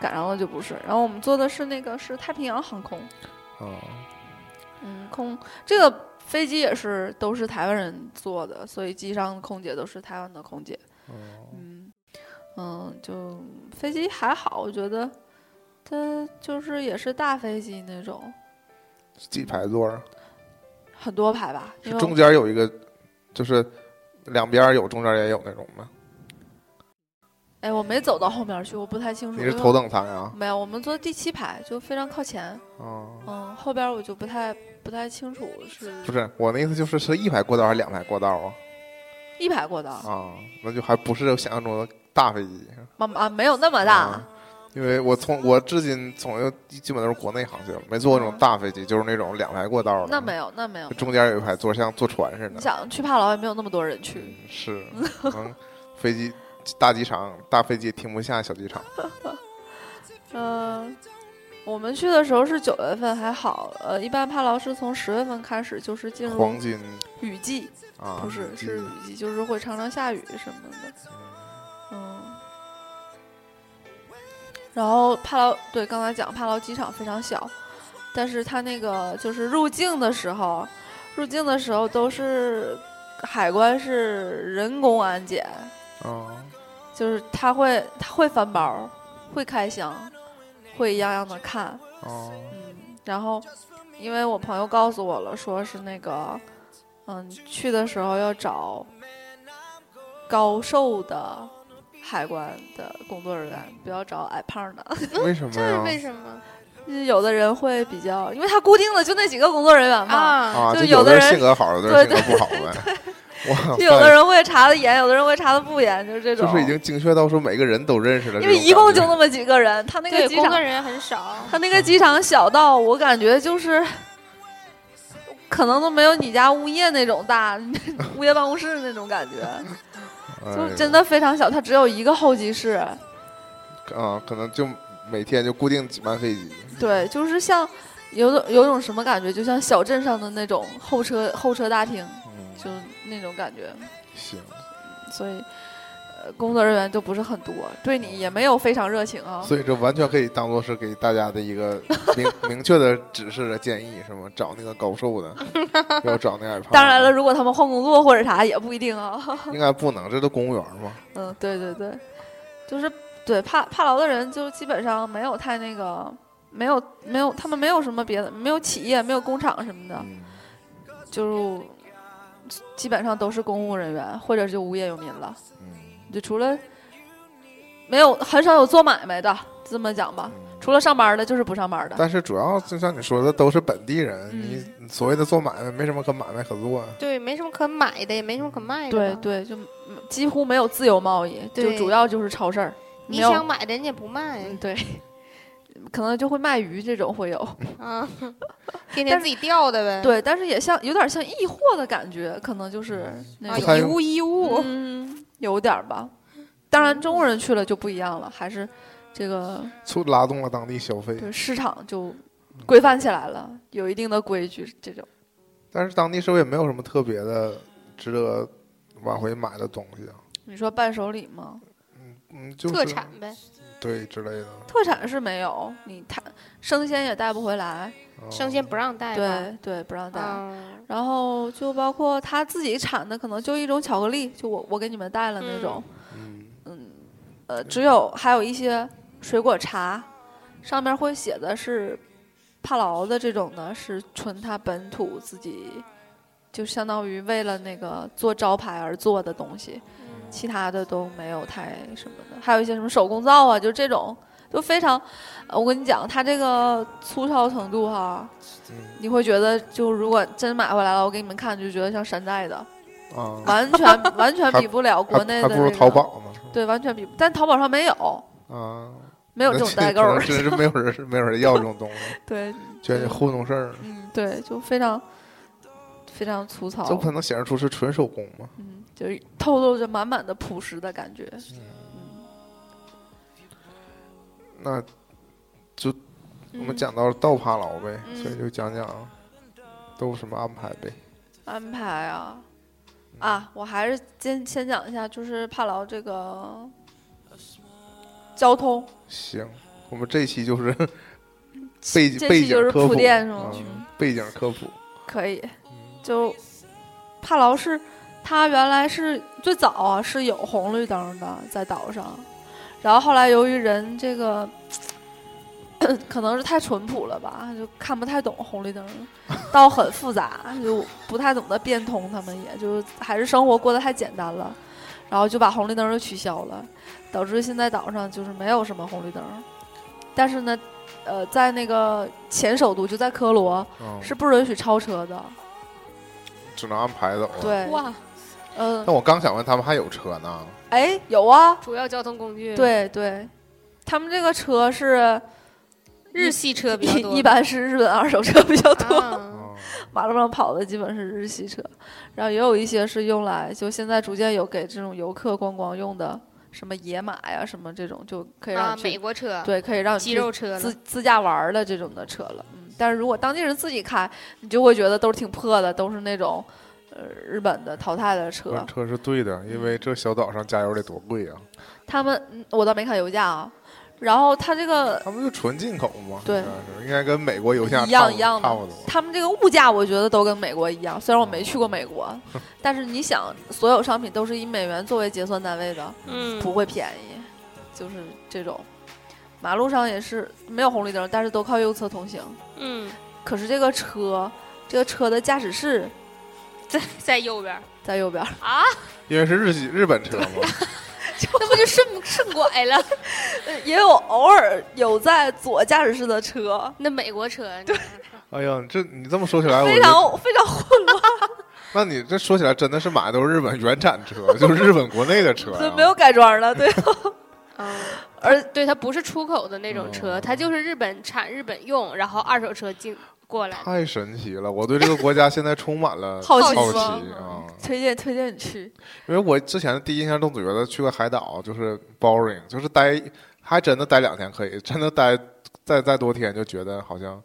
C: 赶上了就不是。然后我们坐的是那个是太平洋航空，
A: 啊，
C: 嗯，空这个飞机也是都是台湾人坐的，所以机上空姐都是台湾的空姐。
A: 嗯
C: 嗯嗯，就飞机还好，我觉得它就是也是大飞机那种，
A: 几排座啊？
C: 很多排吧，
A: 是
C: 因为我
A: 中间有一个，就是两边有，中间也有那种吗？
C: 哎，我没走到后面去，我不太清楚。
A: 你是
C: 因为
A: 头等舱呀？
C: 没有，我们坐第七排，就非常靠前。
A: 哦，
C: 嗯，后边我就不太不太清楚是
A: 不是，我那意思就是是一排过道还是两排过道啊？
C: 一排过道，
A: 啊，那就还不是想象中的大飞机。
C: 妈妈啊没有那么大
A: 啊。因为我从我至今从就基本都是国内航线，没坐过那种大飞机，就是那种两排过道的，
C: 那没有，那没有
A: 就。中间有一排坐，像坐船似
C: 你
A: 的。
C: 想去帕劳也没有那么多人去，
A: 嗯是，可能飞机大机场大飞机停不下小机场。
C: 嗯、我们去的时候是九月份，还好。呃，一般帕劳是从十月份开始，就是进入
A: 黄金
C: 雨季，
A: 啊，
C: 不是
A: 嗯
C: 是雨季，就是会常常下雨什么的。嗯，然后帕劳对刚才讲帕劳机场非常小，但是它那个就是入境的时候，入境的时候都是海关是人工安检，
A: 啊，
C: 就是他会他会翻包，会开箱，会一样样的看，
A: 哦，
C: 嗯，然后因为我朋友告诉我了，说是那个，嗯，去的时候要找高瘦的海关的工作人员，不要找矮胖的。
A: 为什么
B: 这是为
A: 呀？
B: 什么
C: 就是有的人会比较，因为他固定的就那几个工作人员嘛，
B: 啊？
A: 啊，
C: 就
A: 就
C: 有的
A: 的
C: 人
A: 性格好，有的人性
C: 对
A: 格不好呗。哇
C: 就有的
A: 塞，
C: 人会查的严，有的人会查的不严，就是这种。
A: 就是已经精确到说每个人都认识了这种感
C: 因为
A: 觉，
C: 一共就那么几个人，他那个
B: 对，
C: 机
B: 工
C: 场
B: 作人员很少。
C: 他那个机场小到我感觉就是，可能都没有你家物业那种大， 物业办公室那种感觉，就
A: 哎
C: 是
A: 呦
C: 真的非常小。它只有一个候机室，
A: 啊，可能就每天就固定几班飞机。
C: 对，就是像有种有种什么感觉，就像小镇上的那种候车候车大厅，
A: 嗯，
C: 就是那种感觉。
A: 行。
C: 所以，呃，工作人员就不是很多，对你也没有非常热情啊。
A: 所以这完全可以当做是给大家的一 个明明确的指示的建议，是吗？找那个高瘦 的，不要找那矮胖。
C: 当然了，，如果他们换工作或者啥也不一定啊。
A: 应该不能，这都公务员嘛。
C: 嗯，对对对，就是对帕帕劳的人，就基本上没有太那个，没有没有，他们没有什么别的，没有企业，没有工厂什么的，
A: 嗯，
C: 就基本上都是公务人员或者就无业游民了，
A: 嗯
C: 就除了没有很少有做买卖的，这么讲吧，
A: 嗯
C: 除了上班的，就是不上班的。
A: 但是主要就像你说的，都是本地人，
C: 嗯
A: 你你所谓的做买卖，没什么可买卖可做呀。
B: 对，没什么可买的，也没什么可卖的
C: 对
B: 吧。
C: 对，就嗯几乎没有自由贸易，就
B: 对
C: 主要就是超市儿。
B: 你
C: 没有
B: 想买的人家不卖
C: 嗯，对，可能就会卖鱼这种会有。
B: 啊， 天
C: 但
B: 天
C: 是
B: 自己钓的呗。
C: 对，但是也像有点像易货的感觉，可能就是那
A: 不
C: 种
A: 太
B: 啊，一物一物，
C: 嗯，有点儿吧。当然，中国人去了就不一样了，还是这个
A: 促拉动了当地消费
C: 这，个市场就规范起来了，有一定的规矩。这种
A: 但是当地是不是也没有什么特别的值得往回买的东西啊？
C: 你说伴手礼吗？
A: 嗯嗯，就是
B: 特产呗，
A: 对之类的，
C: 特产是没有，你它生鲜也带不回来，
A: 哦
B: 生鲜不让带啊吧。
C: 对对，不让带。
B: 嗯，
C: 然后就包括他自己产的，可能就一种巧克力，就我我给你们带了那种，
A: 嗯
B: 嗯
C: 呃，只有还有一些水果茶，上面会写的是帕劳的这种呢，是纯他本土自己，就相当于为了那个做招牌而做的东西，其他的都没有太什么的，还有一些什么手工皂啊，就这种。就非常，呃我跟你讲，它这个粗糙程度哈，
A: 嗯
C: 你会觉得，就如果真买回来了，我给你们看，就觉得像山寨的，
A: 啊，
C: 完全 完全比不了国内
A: 还还
C: 的、
A: 不如淘，宝呢。
C: 对，完全比，但淘宝上没有，
A: 啊，
C: 没有这种代购
A: 可
C: 儿
A: 能，真是没有人没有人要这种东 西，
C: 对，
A: 觉得糊弄事儿，
C: 嗯，对，就非常非常粗糙
A: 这，不可能显示出是纯手工吗？
C: 嗯，就是透露着满满的朴实的感觉，
A: 嗯那我
C: 嗯
A: 们讲到到帕劳呗，
C: 嗯
A: 所以就讲讲都有什么安排呗。嗯
C: 安排啊啊，我还是先先讲一下，就是帕劳这个交通，
A: 行，我们这一期就是 背景
C: 这
A: 背
C: 期就
A: 景
C: 是
A: 科
C: 铺
A: 普，
C: 垫是吗
A: 嗯？背景科普，嗯
C: 可以，就帕劳是它原来是最早啊是有红绿灯的在岛上，然后后来由于人这个 可能是太淳朴了吧，就看不太懂红绿灯，倒很复杂，就不太懂得变通，他们也就还是生活过得太简单了。然后就把红绿灯就取消了，导致现在岛上就是没有什么红绿灯。但是呢，呃，在那个前首都就在科罗
A: 嗯，
C: 是不允许超车的，
A: 只能按牌走。，
C: 对，
B: 哇，
C: 嗯、
A: 哦那我刚想问他们还有车呢，
C: 哎，有啊，
B: 主要交通工具，，
C: 对对，他们这个车是
B: 日系车比较多，
C: 一一般是日本二手车比较多，
B: 啊，
A: 嗯
C: 马路上跑的基本是日系车，然后也有一些是用来就现在逐渐有给这种游客观光用的，什么野马呀什么这种就可以让
B: 啊，
C: 你
B: 美
C: 去、
B: 国车，
C: 对可以让你
B: 肌
C: 去
B: 肉车
C: 自
B: 了，
C: 自驾玩儿的这种的车了。嗯，但是如果当地人自己开，你就会觉得都是挺破的，都是那种呃日本的淘汰的车。
A: 问车是对的，因为这小岛上加油得多贵啊！
C: 他们嗯我倒没看油价啊，然后他这个
A: 他们就纯进口嘛，
C: 对
A: 应该是，应该跟美国油价
C: 一样
A: 差不
C: 一样的
A: 差不多。
C: 他们这个物价，我觉得都跟美国一样。虽然我没去过 美国，
A: 嗯
C: 但是你想，所有商品都是以美元作为结算单位的，
B: 嗯，
C: 不会便宜，就是这种。马路上也是没有红绿灯，但是都靠右侧通行。
B: 嗯，
C: 可是这个车，这个车的驾驶室
B: 在在右边
C: 在右边儿，
B: 啊，
A: 因为是日系日本车嘛，
B: 那不就顺顺拐了？
A: 哎
C: 呃也有偶尔有在左驾驶室的车，
B: 那美国车，对，
A: 哎呀，这你这么说起哎 来，我
C: 非
A: 觉得，
C: 常非常混乱，
A: 那你这说起来真的是买的都是日本原产 车，就是日本国内的车啊、
C: 对，没有改装的，对，
B: 嗯，
C: 而
B: 对，它不是出口的那种车，
A: 嗯
B: 它就是日本产、日本用，然后二手车进过来的。
A: 太神奇了！我对这个国家现在充满了
C: 好奇
A: 奇
C: 心
A: 啊，
C: 推荐推荐你去，
A: 因为我之前的第一印象都觉得去个海岛就是 boring，就是待还真的待两天可以，真的待再再多天就觉得好像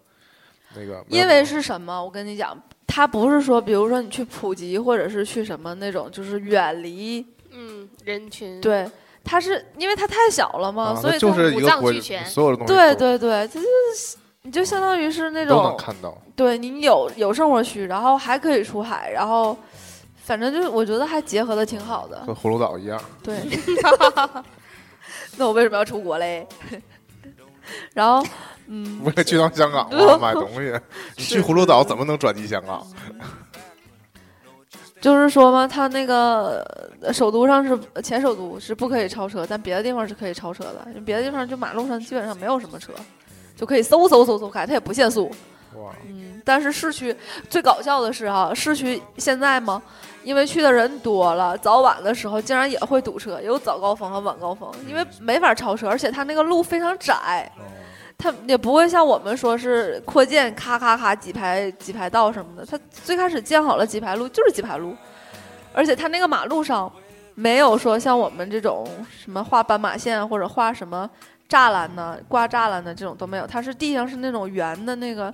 A: 那个没有
C: 因为是什么？我跟你讲，它不是说，比如说你去普及或者是去什么那种，就是远离，
B: 嗯，人群，
C: 对，它是因为它太小了
A: 啊，
C: 嘛，所以
A: 它就
C: 它
A: 是一
B: 五
A: 个
B: 脏
A: 国
B: 俱全
A: 所有的东西
C: 对
A: 都
C: 对对，它就是你就相当于是那
A: 都能
C: 种，
A: 看到。
C: 对你有有生活区，然后还可以出海，然后反正就是我觉得还结合的挺好的，
A: 和葫芦岛一样，
C: 对， 那我为什么要出国嘞？ 然后，嗯，
A: 为了去趟香港嘛，买东西。你去葫芦岛怎么能转机香 港？
C: 就是说嘛，它那个呃首都上是前首都是不可以超车，但别的地方是可以超车的。因为别的地方就马路上基本上没有什么车，就可以嗖嗖嗖嗖开，它也不限速。
A: 哇，
C: 嗯，但是市区最搞笑的是哈、市区现在嘛，因为去的人多了，早晚的时候竟然也会堵车，有早高峰和晚高峰，因为没法超车，而且它那个路非常窄，
A: 哦
C: 它也不会像我们说是扩建，咔咔咔几排几排道什么的。它最开始建好了几排路就是几排路，而且它那个马路上没有说像我们这种什么画斑马线或者画什么栅栏呐、挂栅栏的这种都没有，它是地上是那种圆的那个，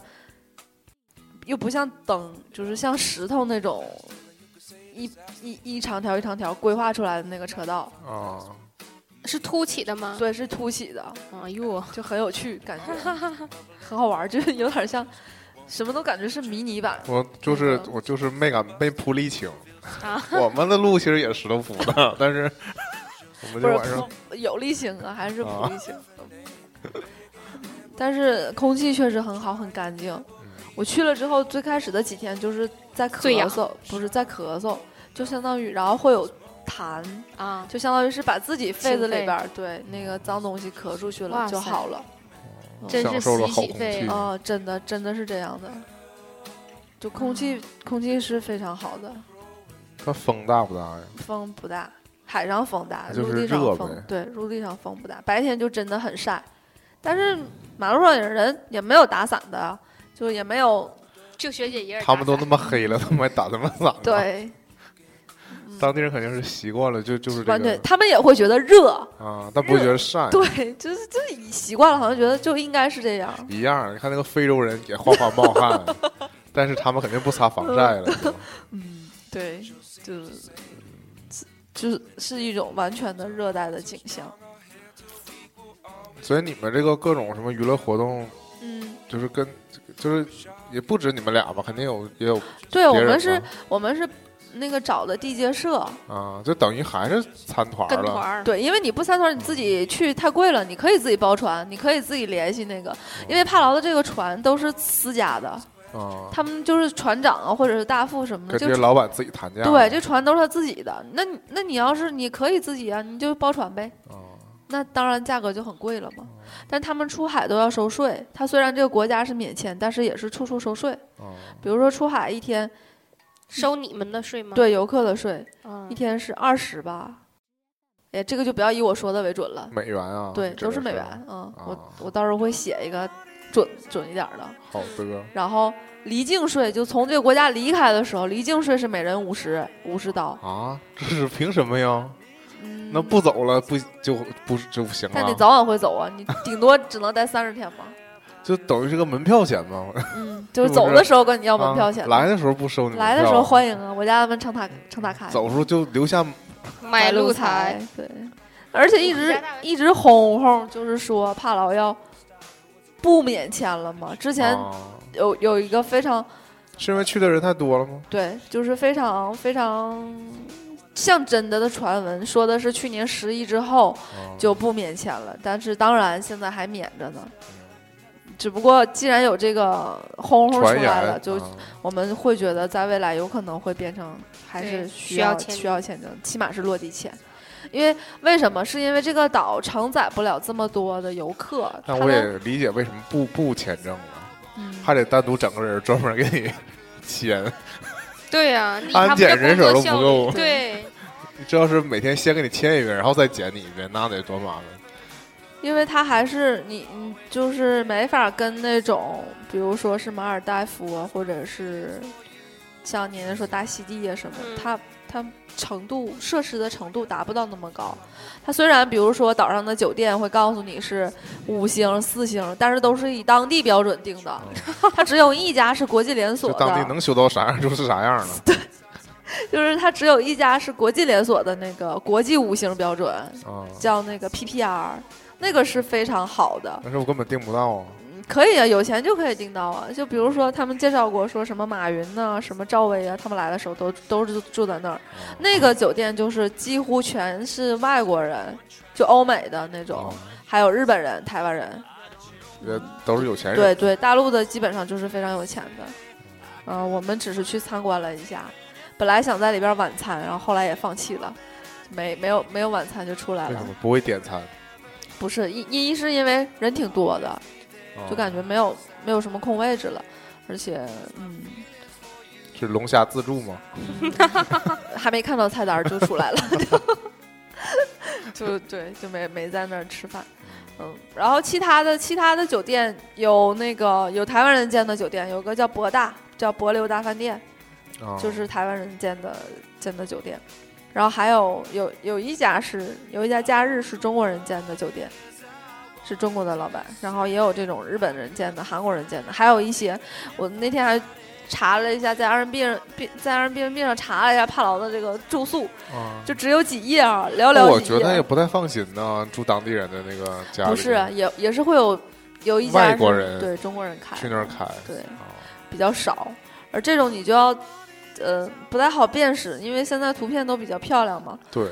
C: 又不像灯，就是像石头那种一一一长条一长条规划出来的那个车道，
A: 啊，
B: 是凸起的吗？
C: 对，是凸起的。
B: 哎呦，
C: 就很有趣，感觉 很好玩儿，就是有点像什么都感觉是迷你版。
A: 我就是我就是没敢被铺沥青。
C: 啊
A: 我们的路其实也石头铺 的，但是我们
C: 不
A: 就是晚上
C: 不有力型啊，还是不
A: 啊
C: 力型？但是空气确实很好，很干净。
B: 嗯
C: 我去了之后，最开始的几天就是在
B: 最
C: 咳
B: 痒
C: 嗽，不是在咳嗽，就相当于然后会有痰，
B: 啊，
C: 就相当于是把自己肺
B: 清
C: 子里
B: 肺
C: 边儿对那个脏东西咳出去
B: 哇
C: 了就
B: 塞
C: 好了。
B: 哦
C: 嗯
B: 真
A: 享
B: 是
A: 受了
B: 洗
A: 好
B: 洗
A: 空
B: 肺
A: 气
B: 啊。
C: 哦，真的真的是这样的，就空
B: 嗯
C: 气、空气是非常好的。
A: 它风大不大呀？
C: 风不大，海上风大，
A: 就是
C: 陆地
A: 热
C: 上
A: 呗
C: 风对，陆地上风不大，白天就真的很晒，但是马路上有人也没有打伞的，就也没有
B: 就学姐一人打
A: 他
B: 伞，
A: 们都那么黑了，他们还打什 么伞？，
C: 对，
A: 当地人肯定是习惯了，就就是这
C: 完
A: 个
C: 全他们也会觉得热，
A: 啊，但不会觉得晒。
C: 对， 就是就是已习惯了，好像觉得就应该是这样。
A: 一样，你看那个非洲人也哗哗冒汗， 但是他们肯定不擦防晒了。
C: 嗯，对，就是就是是一种完全的热带的景象。
A: 所以你们这个各种什么娱乐活动，
C: 嗯，
A: 就是跟就是也不止你们俩吧，肯定有也有
C: 对我
A: 别人啊
C: 们是
A: 吧，
C: 我们是那个找的地接社，
A: 啊，就等于还是参团
B: 跟团
A: 了。
B: 儿，
C: 对，因为你不参团，你自己去太贵了，你可以自己包船，你可以自己联系那个，因为帕劳的这个船都是私家的，
F: 啊，
C: 他们就是船长啊，或者是大副什么的，
F: 跟这
C: 这
F: 啊
C: 个
F: 些老板自己谈价。
C: 对，这船都是他自己的。那你那你要是你可以自己啊，你就包船呗。
F: 啊，
C: 那当然价格就很贵了嘛。但他们出海都要收税，他虽然这个国家是免签，但是也是处处收税。
F: 啊
C: 比如说出海一天
B: 收你们的税吗？，
C: 对游客的税，
B: 嗯
C: 一，天是二十吧。哎，这个就不要以我说的为准了。
F: 美元啊，
C: 对，
F: 这
C: 都
F: 个
C: 是美元。嗯，
F: 啊
C: 我我到时候会写一个准准一点儿的。
F: 好的，
C: 然后离境税就从这个国家离开的时候，离境税是每人五十五十刀。
F: 啊，这是凭什么呀？
C: 嗯，
F: 那不走了，不就不就不行
C: 但你
F: 了？
C: 早晚会走啊，你顶多只能待三十天嘛。
F: 就等于是个门票钱嘛。
C: 嗯，就是
F: 是不
C: 走
F: 是
C: 的时候跟你
F: 要
C: 要门票钱，
F: 来的时候不收你门票，
C: 来的时候欢迎啊，我家门常打常打开，
F: 走的时候就留下
B: 买
C: 路
B: 路财，
C: 对，而且一
B: 我
C: 直
B: 家大门
C: 一直哄哄，就是说帕劳要不免签了嘛。之前
F: 啊
C: 有有一个非常
F: 是因为去的人太多了吗？
C: 对，就是非常非常像真的的传闻，说的是去年十一之后
F: 啊
C: 就不免签了，但是当然现在还免着呢。只不过既然有这个轰轰出
F: 传言
C: 来了，就
F: 啊
C: 我们会觉得在未来有可能会变成还
B: 对
C: 是
B: 需
C: 需要
B: 要签
C: 需要签证，起码是落地签。因为为什么？是因为这个岛承载不了这么多的游客，他
F: 但我
C: 们
F: 也理解为什么不不签证了，
C: 嗯
F: 还得单独整个人专门给你签。
B: 对呀，你
F: 安
B: 他们
F: 检
B: 的
F: 人手都
B: 工作
F: 不
B: 效
F: 够
B: 率，对，
F: 这要是每天先给你签一遍，然后再检你一遍，那得多麻烦。
C: 因为他还是你，你就是没法跟那种，比如说是马尔代夫啊，或者是像您说大溪地啊什么
B: 嗯，
C: 它它程度设施的程度达不到那么高。它虽然比如说岛上的酒店会告诉你是五星、四星，但是都是以当地标准定的。它只有一家是国际连锁
F: 嗯就
C: 的，
F: 当地能修到啥样就是啥样 了。
C: 就是它只有一家是国际连锁的那个国际五星标准，
F: 啊，
C: 叫那个 PPR，那个是非常好的。
F: 但是我根本订不到啊。
C: 可以啊，有钱就可以订到啊。就比如说他们介绍过说什么马云呐、什么赵薇啊，他们来的时候都都是住在那儿。那个酒店就是几乎全是外国人，就欧美的那种，
F: 哦
C: 还有日本人、台湾人。
F: 也都是有钱人。
C: 对对，大陆的基本上就是非常有钱的。嗯、我们只是去参观了一下，本来想在里边晚餐，然后后来也放弃了，没没有没有晚餐就出来
F: 为
C: 了
F: 什。么不会点餐？
C: 不是一一是因为人挺多的，
F: 啊
C: 就感觉没有没有什么空位置了，而且嗯，
F: 是龙虾自助吗？
C: 还没看到菜单儿就出来了，就对，就没没在那儿吃饭。嗯，然后其他的其他的酒店有那个有台湾人建的酒店，有个叫博大，叫博流大饭店，
A: 哦
F: 啊，
C: 就是台湾人建的建的酒店。然后还有有有一家是有一家假日是中国人建的酒店，是中国的老板。然后也有这种日本人建的、韩国人建的，还有一些我那天还查了一下，在 Airbnb 上在 Airbnb 上查了一下帕劳的这个住宿，
F: 啊
C: 就只有几页啊，寥
F: 那
C: 寥
F: 哦我
C: 几
F: 觉得也
C: 页。
F: 不太放心呢，住当地人的那个家里
C: 不是，也也是会有有一家
F: 外
C: 是
F: 国人
C: 对中国人开
F: 去那儿开。
C: 对
F: 啊
C: 比较少，而这种你就要呃不太好辨识，因为现在图片都比较漂亮嘛。
F: 对，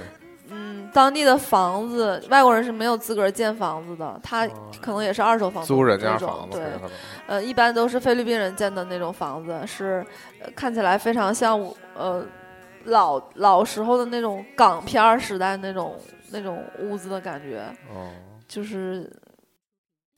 C: 嗯，当地的房子，外国人是没有资格建房子的，他
F: 哦
C: 可能也是二手房
F: 租人
C: 那
F: 家
C: 种
F: 房子
C: 对
F: 可，能
C: 呃，一般都是菲律宾人建的那种房子，是、呃看起来非常像我呃老老时候的那种港片儿时代那种那种屋子的感觉，
F: 哦，
C: 就是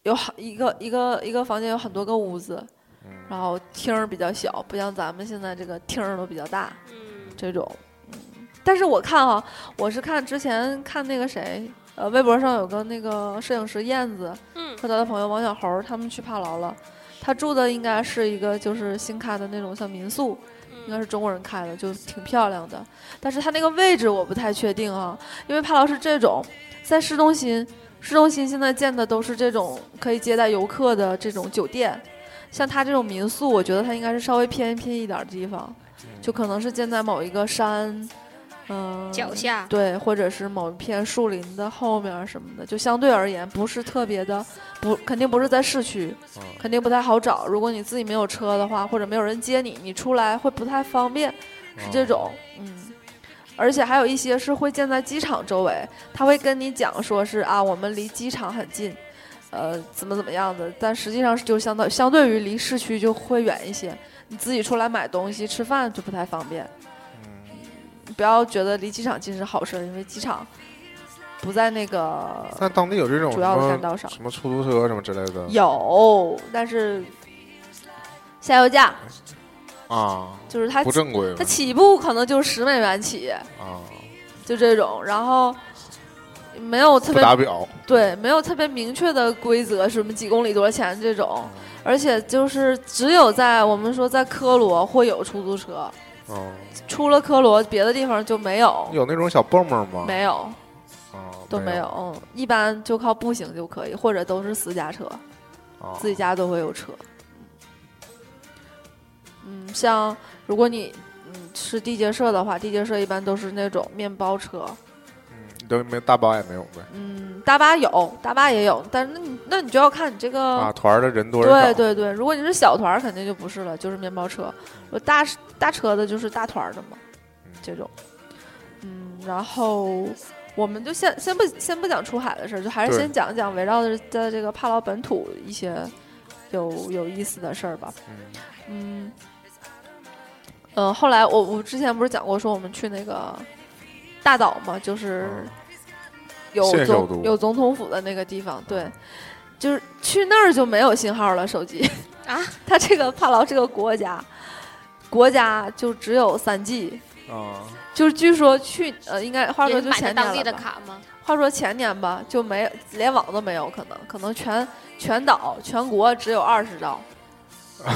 C: 有好一个一个一个房间有很多个屋子，
F: 嗯
C: 然后厅儿比较小，不像咱们现在这个厅儿都比较大
B: 嗯，
C: 这种。嗯，但是我看啊，我是看之前看那个谁，呃，微博上有个那个摄影师燕子，
B: 嗯，
C: 和他的朋友王小猴儿他们去帕劳了。他住的应该是一个就是新开的那种像民宿，应该
B: 嗯
C: 是中国人开的，就挺漂亮的。但是他那个位置我不太确定啊，因为帕劳是这种在市中心，市中心现在建的都是这种可以接待游客的这种酒店。像他这种民宿，我觉得他应该是稍微偏偏一点儿的地方，
F: 嗯
C: 就可能是建在某一个山，嗯、
B: 脚下，
C: 对，或者是某一片树林的后面儿什么的，就相对而言不是特别的，不肯定不是在市区，
F: 嗯
C: 肯定不太好找。如果你自己没有车的话，或者没有人接你，你出来会不太方便，是
F: 哦
C: 这种，嗯。而且还有一些是会建在机场周围，他会跟你讲说是啊，我们离机场很近，呃，怎么怎么样的，但实际上是就相当相对于离市区就会远一些，你自己出来买东西吃饭就不太方便。
F: 嗯，
C: 不要觉得离机场近是好事儿，因为机场不在那个
F: 那当地有这种什
C: 主要的干
F: 么
C: 道上。
F: 什么出租车什么之类的
C: 有，但是下油价
F: 啊？
C: 就是它
F: 不正规吗
C: 它起步可能就十美元起，
F: 啊，
C: 就这种，然后没有特
F: 不
C: 别
F: 打表。
C: 对，没有特别明确的规则，什么几公里多少钱这种，
F: 嗯
C: 而且就是只有在我们说在科罗会有出租车，
F: 嗯，
C: 出了科罗别的地方就没有，
F: 有那种小蹦蹦吗？
C: 没有
F: 啊，
C: 都没
F: 没
C: 有，嗯，一般就靠步行就可以，或者都是私家车，
F: 啊
C: 自己家都会有车。嗯，像如果你嗯吃地接社的话，地接社一般都是那种面包车，
F: 嗯都没大巴也没有呗。
C: 嗯，大巴有，大巴也有，但是那你那你就要看你这个
F: 啊，团儿的人多人少
C: 对，嗯对对，如果你是小团儿，肯定就不是了，就是面包车。我大是大车的就是大团儿的嘛
F: 嗯，
C: 这种。嗯，然后我们就先先不先不讲出海的事儿，就还是
F: 对
C: 先讲讲围绕着在这个帕劳本土一些有有意思的事儿吧。
F: 嗯
C: 嗯，呃，后来我我之前不是讲过说我们去那个大岛嘛，就是
F: 嗯
A: 啊
C: 有
F: 县首
C: 总
F: 都
C: 有总统府的那个地方，对，就是去那儿就没有信号了，手机
B: 啊，
C: 它这个帕劳这个国家。国家就只有三 G，
F: 啊，
C: 就是据说去呃，应该话
B: 也
C: 说
B: 是
C: 就
B: 买的
C: 前年
B: 当地
C: 了
B: 的
C: 吧
B: 卡吗？
C: 话说前年吧，就没连网都没有，可能可能全全岛全国只有二十兆，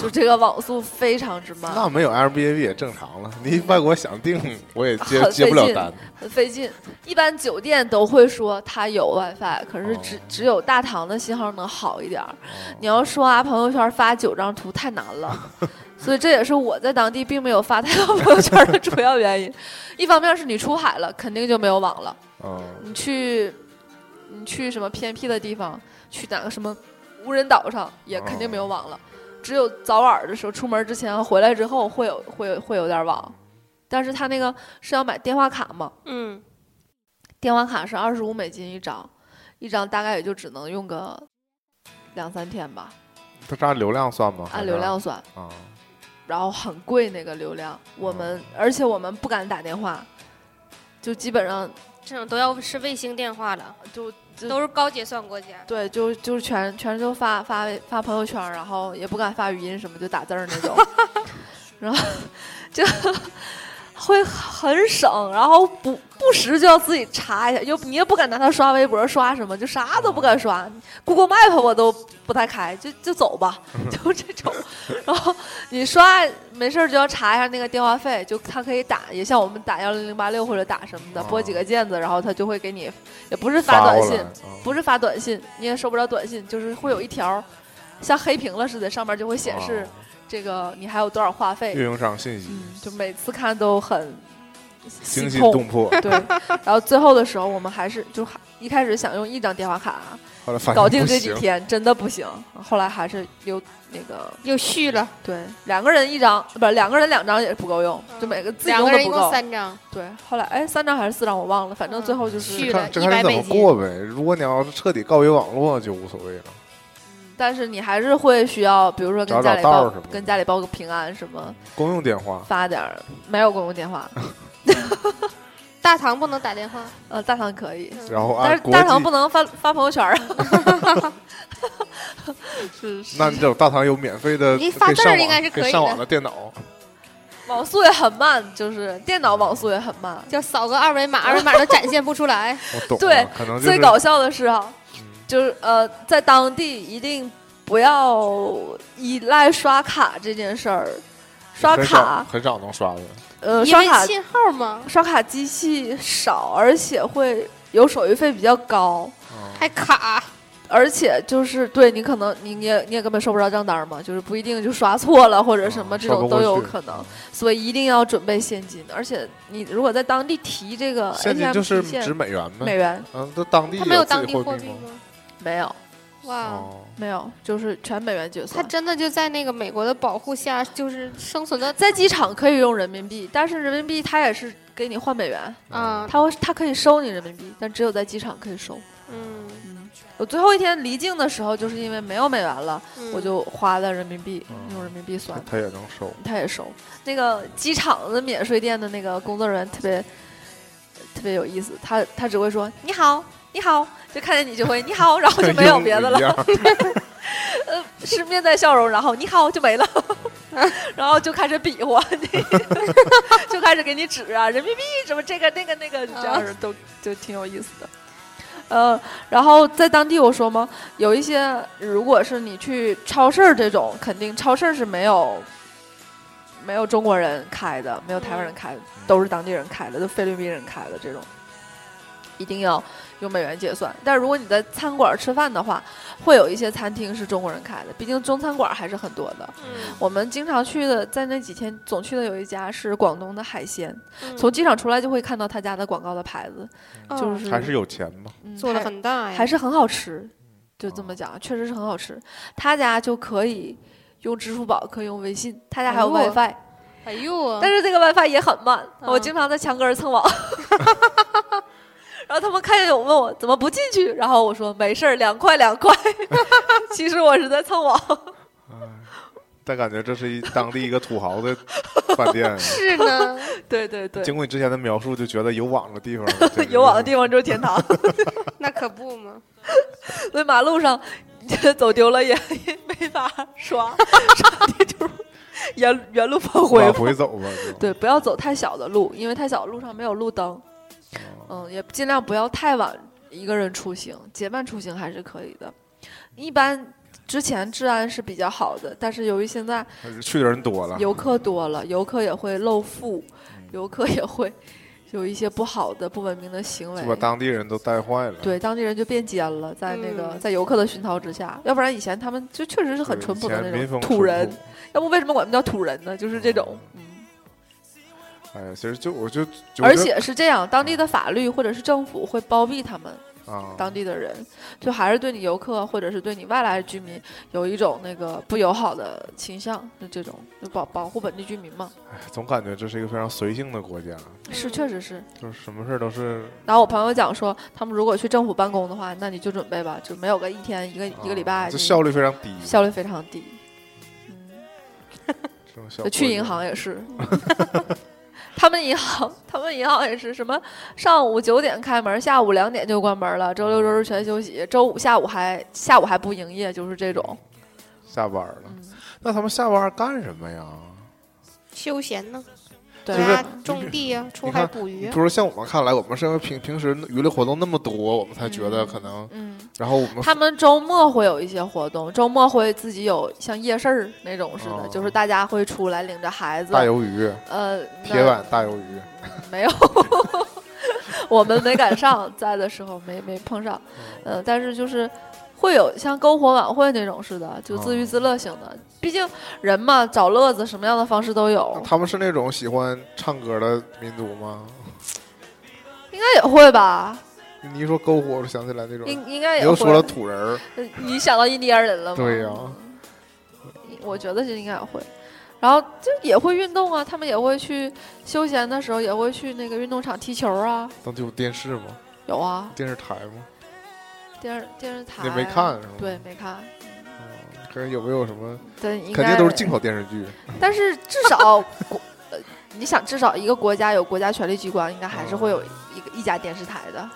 C: 就这个网速非常之慢。
F: 那没有 Airbnb 也正常了。你外国想订，我也 接
C: 很
F: 接不了
C: 费劲
F: 单。
C: 很费劲。一般酒店都会说它有 WiFi，可是
F: 哦
C: 只、只有大堂的信号能好一点儿。
F: 啊
C: 你要说啊，朋友圈发九张图太难了，所以这也是我在当地并没有发太多朋友圈的主要原因。一方面是你出海了，肯定就没有网了。
F: 嗯，
C: 你去你去什么偏僻的地方，去哪个什么无人岛上，也肯定没有网了。只有早晚的时候，出门之前和回来之后会有会有会有点网，但是他那个是要买电话卡嘛，
B: 嗯，
C: 电话卡是二十五美金一张，一张大概也就只能用个两三天吧，
F: 它是按流量算吗？还
C: 按
F: 是
C: 流量算，
F: 啊，
C: 然后很贵那个流量。我们而且我们不敢打电话，就基本上
B: 这种都要是卫星电话了，
C: 就就
B: 都是高结算啊国家。
C: 对，就就是全全就发发微发朋友圈儿，然后也不敢发语音什么，就打字儿 那种，然后就会很省，然后不不时就要自己查一下，又你也不敢拿它刷微博刷什么，就啥都不敢刷，Google
F: 哦
C: Map 我都不太开，就就走 吧，就这种，然后你刷没事儿就要查一下那个电话费，就它可以打，也像我们打幺零零八六或者打什么的，拨几个键子，然后它就会给你，也不是发
F: 哦发
C: 短
F: 过
C: 信
F: 来。啊
C: 不是发短信，你也收不着短信，就是会有一条儿像黑屏了似的，上面就会显示
F: 啊
C: 这个你还有多少话费。
F: 运营商信息，
C: 嗯，就每次看都很
F: 惊心
C: 痛。
F: 动 魄。
C: 对，然后最后的时候，我们还是就还一开始想用一张电话卡
F: 后来发现
C: 搞定
F: 哎不
C: 这几
F: 行
C: 天，真的不行。后来还是有那个
B: 又续了，
C: 对两个人一张，不是两个人两张也不够用，就每个自己
B: 两
C: 用
B: 个
C: 的
B: 人一
C: 不
B: 共
C: 够。
B: 三张，
C: 对，后来哎三张还是四张我忘了，反正最后就
B: 续
C: 是
B: 了
F: 看这看你
B: 100
F: 怎么
B: 美金
F: 过呗。如果你要是彻底告别网络，就无所谓了。
C: 但是你还是会需要，比如说跟
F: 找
C: 家
F: 找
C: 里
F: 道儿
C: 报
F: 什么的
C: 跟家里报个平安什么，
F: 公用电话
C: 发点儿，没有公用 电话，
B: 大堂不能打电话，
C: 呃，大堂可以，
F: 然后按
C: 但是
F: 啊国
C: 大堂
F: 际
C: 不，能发发朋 友圈儿啊。是是，
F: 那你这种大堂有免费的，可
B: 你
F: 以
B: 发字儿
F: 上网
B: 应该是可以
F: 可以上网的电脑，
C: 网速也很慢，就是电脑网速也很慢。
B: 就扫个二维码，二维码都展现不出 来。
F: 我懂了。
C: 对
F: 可能就
C: 最
F: 是
C: 搞笑的是啊，
F: 嗯
C: 就是呃，在当地一定不要依赖刷卡这件事儿，刷
F: 很少
C: 卡，
F: 很少能刷的。
C: 呃，
B: 因
C: 刷
B: 为
C: 卡
B: 信号吗？
C: 刷卡机器少，而且会有手续费比较高。
F: 嗯
B: 还卡，
C: 而且就是对你可能你你也你也根本收不着账单儿嘛，就是不一定就刷错了或者什么
F: 嗯
C: 这
F: 刷
C: 种
F: 不过
C: 都有
F: 去嗯
C: 可能，所以一定要准备现金。而且你如果在当地提这个
F: 现金就
C: ATM
F: 是
C: 提现
F: 指美元呗
C: 美。元，
F: 嗯，这当地
B: 他没有
F: 自
B: 当
F: 己
B: 地
F: 货
B: 货币
F: 币吗？
B: 吗？
C: 没有
B: 哇，
F: 哦，
C: 没有，就是全美元结
B: 他
C: 算。
B: 真的就在那个美国的保护下，就是生存的
C: 在机场可以用人民币，但是人民币它也是给你换美元，
F: 嗯
B: 啊，
C: 它会它可以收你人民币，但只有在机场可以收。
B: 嗯，
C: 我最后一天离境的时候，就是因为没有美元了，
B: 嗯
C: 我就花的人民币，
A: 嗯
C: 用人民币算的。
A: 他也能 收。
C: 他也收。那个机场的免税店的那个工作人员特别特别有意思，他他只会说你好，你好，就看见你就会你好，然后就没有别的
A: 一
C: 了，
A: 样
C: 呃，是面带笑容，然后你好就 没了，然后就开始比划， 就开始给你指啊，人民币什么这个那个那个，就这样
B: 啊
C: 式都就挺有意思的。呃，然后在当地我说嘛，有一些如果是你去超市儿这种，肯定超市儿是没有没有中国人开的，没有台湾人开的， 都是当地人开的，都菲律宾人开的这种，一定要用美元结算。但如果你在餐馆儿吃饭的话，会有一些餐厅是中国人开的，毕竟中餐馆儿还是很多的。
B: 嗯
C: 我们经常去的，在那几天总去的有一家是广东的海鲜，
B: 嗯
C: 从机场出来就会看到他家的广告的牌子，
B: 嗯
C: 就
B: 哦
C: 是
A: 还是有钱嘛？
C: 嗯
B: 做的
C: 还
B: 很哦大呀，
C: 还是很好吃，就这么讲，确实是很好吃。他家就可以用支付宝，可以用微信，他家还有
B: 哎呦
C: WiFi，
B: 哎呦啊，
C: 但是这个 WiFi 也很慢，我
B: 嗯
C: 经常在墙根儿蹭网。 然后他们看见我问我怎么不进去，然后我说没事儿，两块两块。 其实我是在蹭网，嗯
F: 哎
A: 但感觉这是一当地一个土豪的饭店。
B: 是呢，
C: 对对 对，，
A: 经过你之前的描述，就觉得有网的地方
C: 有网的地方就是天堂。
B: 那可不嘛，
C: 所以马路上 走丢了也也没法 刷，刷地图原原路返
A: 方
C: 回
A: 往。回走吧。就，
C: 对，不要走太小的路，因为太小的路上没有路灯。
A: 哦
C: 嗯，也尽量不要太晚一个人出行，结伴出行还是可以的。一般之前治安是比较好的，但是由于现在
A: 去的人多了，
C: 游客多
A: 嗯
C: 了，游客也会露富，游客也会有一些不好的、不文明的行为
A: 就。把当地人都带坏了。
C: 对，当地人就变奸了，在那个、
B: 嗯
C: 在游客的熏陶之下，要不然以前他们就确实是
A: 就是
C: 很淳朴的
A: 以前
C: 那
A: 民
C: 种
A: 风
C: 土人
A: 淳，朴。哦
C: 要不为什么管他们叫土人呢？就是这种，嗯，
A: 哎呀，其实就我就，就
C: 而且是这样，当地的法律或者是政府会包庇他们
A: 啊，
C: 当地的人，就还是对你游客或者是对你外来居民有一种那个不友好的倾向，就这种就保保护本地居民嘛，
A: 哎总感觉这是一个非常随性的国家，
B: 嗯
C: 是确实是。
A: 就是什么事儿都是
C: 然后我朋友讲说，他们如果去政府办公的话，那你就准备吧，就没有个一天一个、一个礼
A: 啊
C: 拜，
A: 就效率非常低。
C: 效率非常低。嗯。
A: 这种效
C: 就去
A: 果
C: 银行 也是，他们银行，他们银行也是什么上午九点开门，下午两点就关门了，周六周日全休息，周五下午还下午还不营业，就是这种。
A: 下班了，
C: 嗯，
A: 那他们下班干什么呀？
B: 嗯休闲呢，
C: 对啊
A: 就是
B: 家种地呀，出
A: 你
B: 海
A: 看
B: 捕鱼
A: 比
B: 啊
A: 如，说像我们看来，我们是因为平平时娱乐活动那么多，我们才觉得可能，
C: 嗯，
A: 然后我们
C: 他们周末会有一些活动，周末会自己有像夜市儿那种似的，
A: 哦
C: 就是大家会出来领着孩子
A: 大，鱿鱼、
C: 呃，
A: 铁
C: 那
A: 板大鱿鱼，
C: 没有， 我们没赶上，在的时候没没碰上，呃，但是就是会有像篝火晚会那种似的，就自
A: 哦
C: 娱自乐型的。毕竟人嘛，找乐子什么样的方式都
A: 那
C: 有，
A: 他们是那种喜欢唱歌的民族吗？
C: 应该也会吧，
A: 你一说篝火，我就想起来那种，你
C: 应应该也
A: 又
C: 会。
A: 说了土人儿，
C: 呃你想到印第安人了吗？嗯
A: 对呀
C: 我觉得是应该也会。然后就也会运动啊，他们也会去休闲的时候也会去那个运动场踢球啊，
A: 当地有电视吗？
C: 有啊，
A: 电视台吗？
C: 电视电视台啊
A: 你没看是吗？
C: 对，没看，
A: 嗯，可是有没有什么？
C: 但应该
A: 肯定都是进口电视剧，
C: 但是至少国，呃你想至少一个国家有国家权力机关，应该还是会有一个一家电视台的，
A: 啊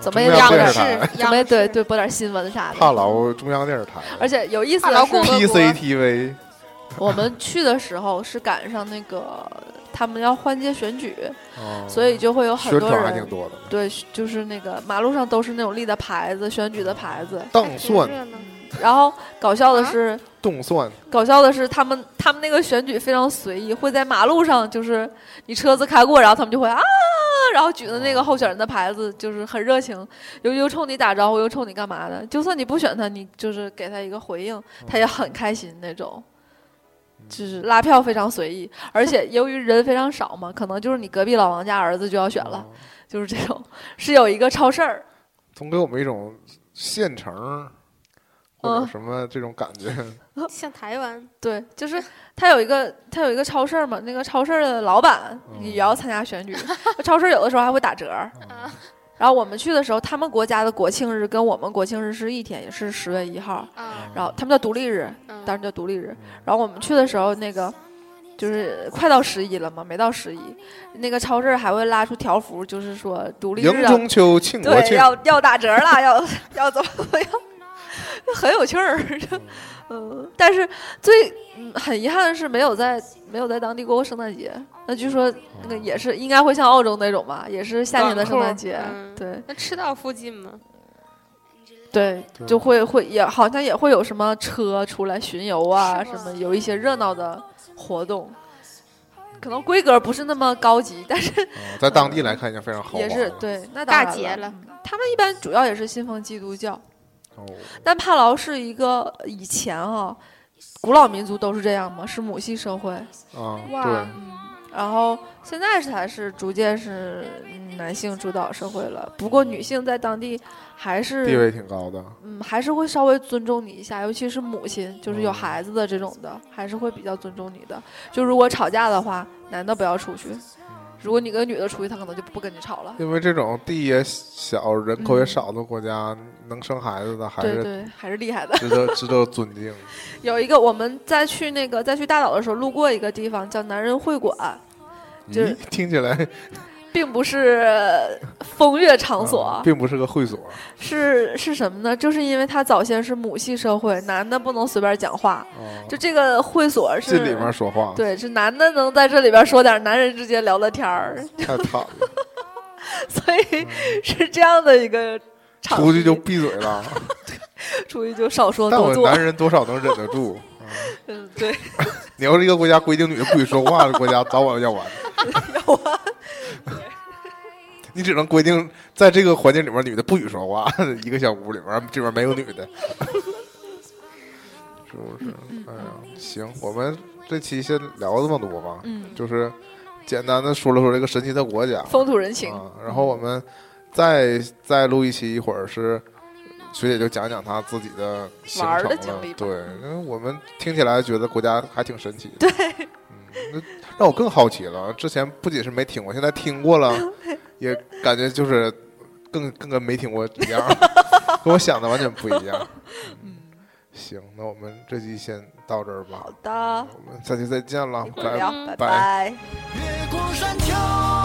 C: 怎么
A: 中
C: 也
A: 央
C: 央
A: 电视
C: 视
A: 台、
B: 视，
C: 怎
B: 央
C: 么也
B: 视
C: 对对，播点新闻啥
A: 帕
C: 的。
A: 劳中央电视台，
C: 而且有意思
B: 帕劳
C: 的
B: 共和
C: 是，
B: 国
A: PCTV
C: 我们去的时候是赶上那个他们要换届选举，
A: 啊，
C: 所以就会有很
A: 宣
C: 多
A: 传还挺
C: 人。
A: 多的呢。
C: 对，就是那个马路上都是那种立的牌子，选举的牌子。
A: 动
B: 挺
A: 算
B: 热闹，
C: 然后搞笑的
B: 啊
C: 是，
A: 动算，
C: 搞笑的是，他们他们那个选举非常随意，会在马路上，就是你车子开过，然后他们就会啊，然后举着那个候选人的牌子，就是很热情，又又冲你打招呼，又冲你干嘛的。就算你不选他，你就是给他一个回应，他也
A: 嗯
C: 很开心那种。就是拉票非常随意，而且由于人非常少嘛，可能就是你隔壁老王家儿子就要选了，
A: 啊，
C: 就是这种。是有一个超市儿，
A: 总给我们一种县城儿或者
C: 嗯
A: 什么这种感觉。
B: 像台湾，
C: 对，就是他有一个他有一个超市儿嘛，那个超市儿的老板
A: 嗯
C: 也要参加选举，超市儿有的时候还会打折儿，
A: 啊
C: 然后我们去的时候，他们国家的国庆日跟我们国庆日是一天，也是十月一号。
B: 啊，
C: 然后他们叫独立日，
B: 嗯
C: 当时叫独立日。然后我们去的时候，那个就是快到十一了嘛，没到十一，那个超市还会拉出条幅，就是说独立
A: 迎
C: 日啊，
A: 中秋， 庆国
C: 对，
A: 庆，
C: 要要打折了，要要 怎么怎么样，很有趣儿。嗯，但是最、嗯、很遗憾的是，没有在没有在当地过过圣诞节。那据说那个也是应该会像澳洲那种吧，也是夏天的圣诞节。
B: 嗯
C: 对
B: 那赤道附近吗？
C: 对，
A: 对
C: 就会会也好像也会有什么车出来巡游啊，
B: 是
C: 什
B: 吗
C: 么有一些热闹的活动，可能规格不是那么高级，但是
A: 嗯在当地来看已经非常豪华
C: 也
A: 了。
C: 是对那
B: 大
C: 当然
B: 节
C: 了
B: 了。
C: 嗯他们一般主要也是信奉基督教，
A: 哦，
C: 但帕劳是一个以前啊，古老民族都是这样嘛，是母系社会，
A: 啊，
B: 哇
A: 对，
C: 然后现在才是逐渐是嗯男性主导社会了。不过女性在当地还
A: 地
C: 是
A: 位挺高的。
C: 嗯还是会稍微尊重你一下，尤其是母亲，就是有
A: 嗯
C: 孩子的这种的，还是会比较尊重你的。就如果吵架的话，男的不要出去。
A: 嗯
C: 如果你跟女的出去，他可能就不跟你吵了。
A: 因为这种地也小、人口也
C: 嗯
A: 少的国家，能生孩子的还
C: 对
A: 是
C: 对，还是厉害的。
A: 值得值得尊敬。
C: 有一个，我们在去那个在去大岛的时候，路过一个地方叫男人会馆，就
A: 咦，听起来
C: 并不是呃风月场所，
A: 啊并不是个会所，
C: 是是什么呢？就是因为它早先是母系社会，男的不能随便讲话，
A: 啊
C: 就这个会所是
A: 进里面说话，
C: 对，是男的能在这里边说点男人之间聊的天儿，
A: 太惨了，
C: 所以是这样的一个场地。
A: 出嗯去就闭嘴了。
C: 出去就少说
A: 但
C: 多
A: 我
C: 做，
A: 男人多少能忍得 住。啊
C: 嗯，对，
A: 你要是一个国家规定女的不许说话的国家，早晚 要完。
C: 要啊，
A: 你只能规定在这个环境里面，女的不许说话，一个小屋里面，这边没有女的，是不是？
C: 嗯
A: 哎呀，行，我们这期先聊这么多吧，
C: 嗯，
A: 就是简单的说了说这个神奇的国家
C: 风土人情，
A: 啊，然后我们再再录一期，一会儿是学姐就讲讲她自己的行
C: 玩儿
A: 程
C: 的经历
A: 了
C: 吧
A: 对，因为我们听起来觉得国家还挺神奇的，对，嗯，那让我更好奇了，之前不仅是没听过，现在听过 了，也感觉就是更更跟没听过一 样，跟我想的完全不一样，嗯，行，那我们这期先到这儿吧，
C: 好的，
A: 我们下期再见了，
C: 一会
A: 拜
C: 儿
A: 拜
C: 聊，
B: 拜
C: 拜。
G: 越过山丘。